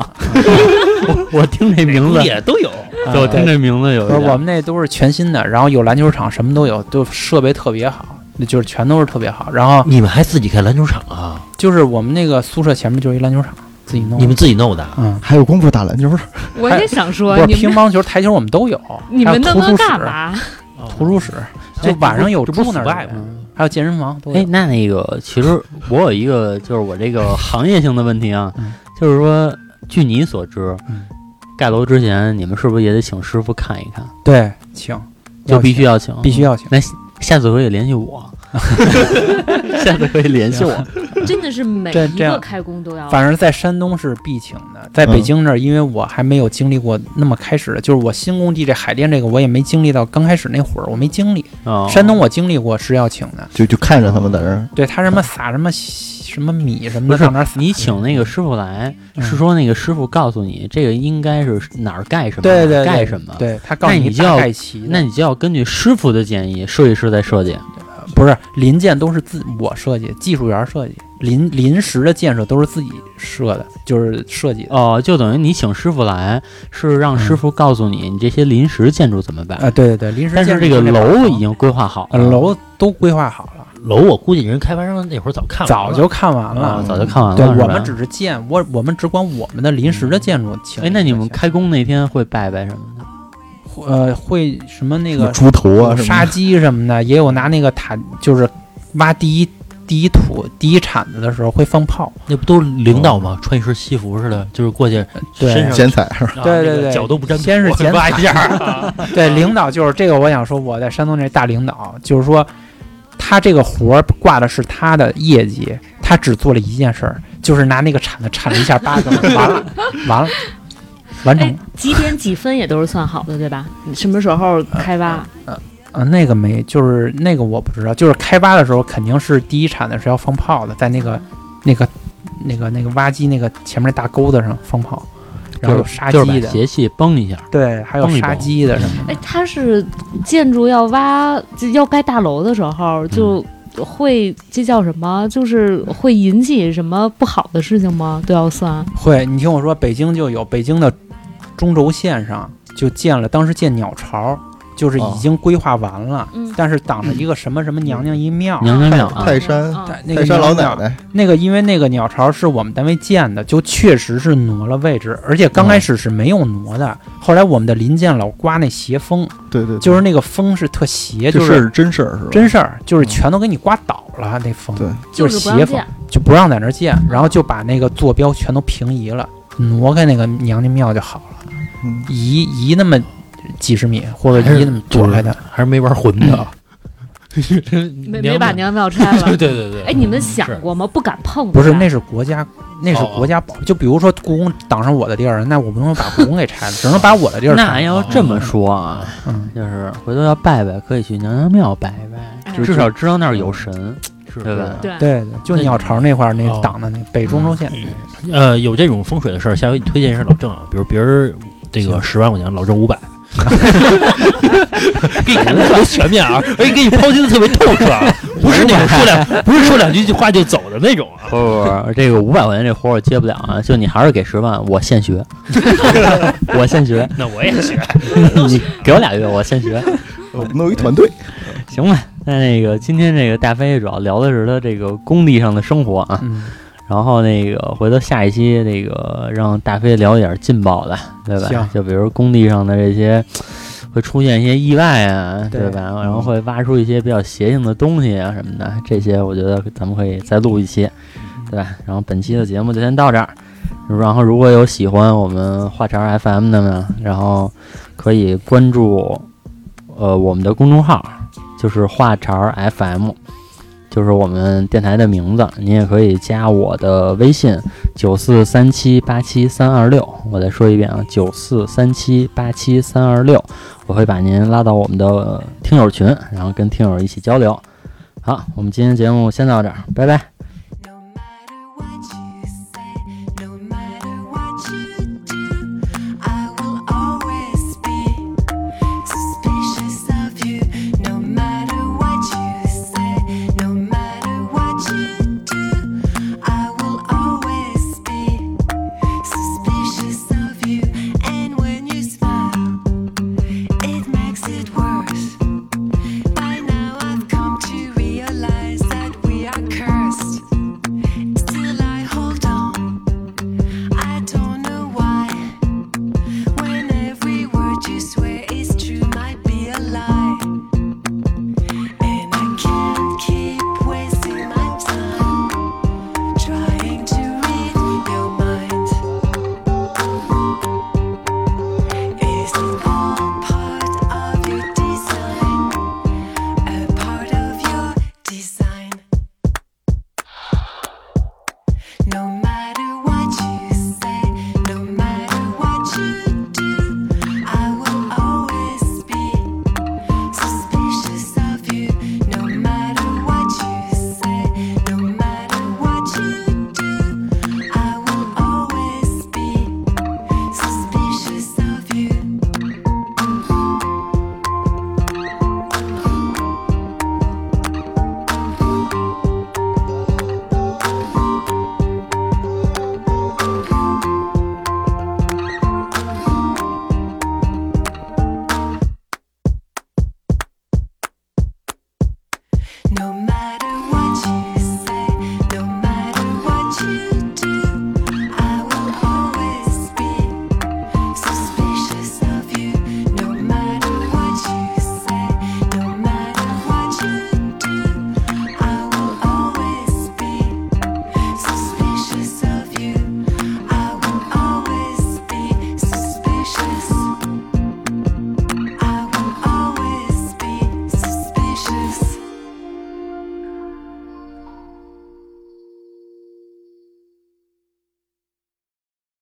我我听
(laughs)
这名字，
也都有。
啊
我听这名字有
不是
一点
我们那都是全新的，然后有篮球场，什么都有，都设备特别好，那就是全都是特别好。然后
你们还自己盖篮球场啊？
就是我们那个宿舍前面就是一篮球场，自己弄的。
你们自己弄的啊？
嗯，
还有功夫打篮球，
我也想
哎不
说
是，
你
乒
们
乓球、台球我们都有，
你
还有
们那
图
能
书
干
室、
嘛？
(laughs) 图书室，就晚上有
这不
住那
腐败
儿的嗯
吗？
还有健身房都有。
哎，那那个，其实我有一个，就是我这个行业性的问题啊
嗯，
就是说，据你所知
嗯，
盖楼之前，你们是不是也得请师傅看一看？
对，请，
就
要
必须
请嗯
要请，
必须。要请。
那下次可以联系
(laughs)
我，下次可以联系我。
真的是每
这
一
这
个
样
开工都要。
反正在山东是必请的，在北
嗯
京这儿，因为我还没有经历过那么开始的，就是我新工地这海淀这个，我也没经历到刚开始那会儿，我没经历。
哦
山东我经历过是要请的，
就就看着他们在那儿，
对他什么撒什么什么米什么
不
的
是
上哪儿撒，
你请那个师傅来，
嗯
是说那个师傅告诉你这个应该是哪儿盖什么，
对
哪
对对
儿盖什么。
对他告诉
那你就
大
要
概齐，
那你就要根据师傅的建议，设计师再设计。
不是临建都是自我设计，技术员设计，临临时的建设都是自己设的，就是设计的。
哦，就等于你请师傅来，是让师傅告诉你你这些临时建筑怎么办。
啊，对对对，临时
但
建
是
设
这个
就把
楼
房
已经规划好
呃
了，
楼都规划好了，
楼我估计人开发商那会儿早看完
早
了
就看完
啊，
了。
早就看完了。
嗯对
是吧
我们只是建，我我们只管我们的临时的建筑请
哎，那你们开工那天会拜拜什么的？
呃会什么那
什么
个
猪头啊什么
杀
的，
鸡什么的，也有拿那个塔，就是挖第一第一土第一铲子的时候会放炮，
那不都领导吗？穿一身西服似的，就是过去
对
身上
剪彩是吧？
啊
对对
那个
对
脚都不沾土，
先是剪
挖一下 (laughs) 啊，
对，领导就是这个，我想说，我在山东这大领导，就是说，他这个活儿挂的是他的业绩，他只做了一件事儿，就是拿那个铲子铲了一下巴掌，完了，完了，完成
哎
了。，
几点几分也都是算好的，对吧？你什么时候开挖？
啊、那个没，就是那个我不知道，就是开挖的时候肯定是第一铲子是要放炮的，在那个、那个、那个、那个挖机那个前面那大沟子上放炮，然后有杀
就
鸡
是
的
把，邪气崩一下。
对，还有
崩一
杀
崩
鸡的什么的。
哎，它是建筑要挖就要盖大楼的时候
嗯
就。会这叫什么？就是会引起什么不好的事情吗？都要算。
会，你听我说，北京就有北京的中轴线上就建了，当时建鸟巢，就是
哦
已经规划完了，
嗯，
但是挡着一个什么什么娘娘一庙。
娘娘庙啊，
泰山
啊
但那
泰
个
(laughs) 山老
娘
奶
娘庙，
奶，
那个因为那个鸟巢是我们单位建的，就确实是挪了位置，而且刚开始是没有挪的，后来我们的临建老刮那邪风，
对对，对
就是那个风是特邪，
这
就
事
是
儿真事儿是吧？
真事儿，就是
嗯
全都给你刮倒了那风，
对
就
就是不让
邪风
建，
就不让在那儿建，然后就把那个坐标全都平移了，挪开那个娘娘庙就好了。
嗯
移移那么几十米，或者移那么躲开它。
还是没玩混的啊，
没
没
没把娘庙拆了
(laughs) 对。对对对，
哎，你们
是
想过吗？不敢碰它。
不是，那是国家，那是国家保。就比如说故宫挡上我的地儿， (laughs) 那我不能把故宫给拆了，只能把我的地儿
那
拆了。
要这么说啊，
嗯，
就是回头要拜拜，可以去娘娘庙拜拜，
嗯
哎
至少知道那儿有神，
是
对吧？
对
对对，就鸟巢那嗯块儿那
哦
挡的那北中轴线，
呃，有这种风水的事儿，下回你推荐一下老郑啊，比如别人这
嗯
个十万块钱，老
(laughs)
郑五百。给你看的特别全面啊，而且给你剖析的特别透彻啊，不是那种说两不是说两句话就走的那种啊。
不不不，哦这个五百块钱这活儿我接不了啊！就你还是给十万，我
(laughs)
现学，我现学，
那我也学，
你给我俩月，我现学，
我们弄一团队，
行吧？那那个今天这个大飞主要聊的是他这个工地上的生活啊，
嗯，
然后那个回头下一期那个让大飞聊一点劲爆的，对吧
行？
就比如工地上的这些会出现一些意外啊，
对
对吧？然后会挖出一些比较邪性的东西啊什么的，这些我觉得咱们可以再录一期，对吧？然后本期的节目就先到这儿。然后如果有喜欢我们话茬 FM 的呢，然后可以关注呃我们的公众号，就是话茬儿 FM，就是我们电台的名字。你也可以加我的微信九四三七八七三二六，我再说一遍啊，九四三七八七三二六，我会把您拉到我们的呃听友群，然后跟听友一起交流。好，我们今天节目先到这儿，拜拜。
No matter what you say, no matter what you do, I will always be suspicious of you. No matter what you say, no matter what you do, I will always be suspicious of you. And when you smile, it makes it worse. By now I've come to realize that we are cursed. Still I hold on. I don't know why. When every word you swear is true might be a lie. And I can't keep wasting my time trying to read your mind. Is it all part of your design? A part of your design. No matter what you say, no matter what you do, I will always be suspicious of you. No matter what you say, no matter what you do, I will always be suspicious of you. No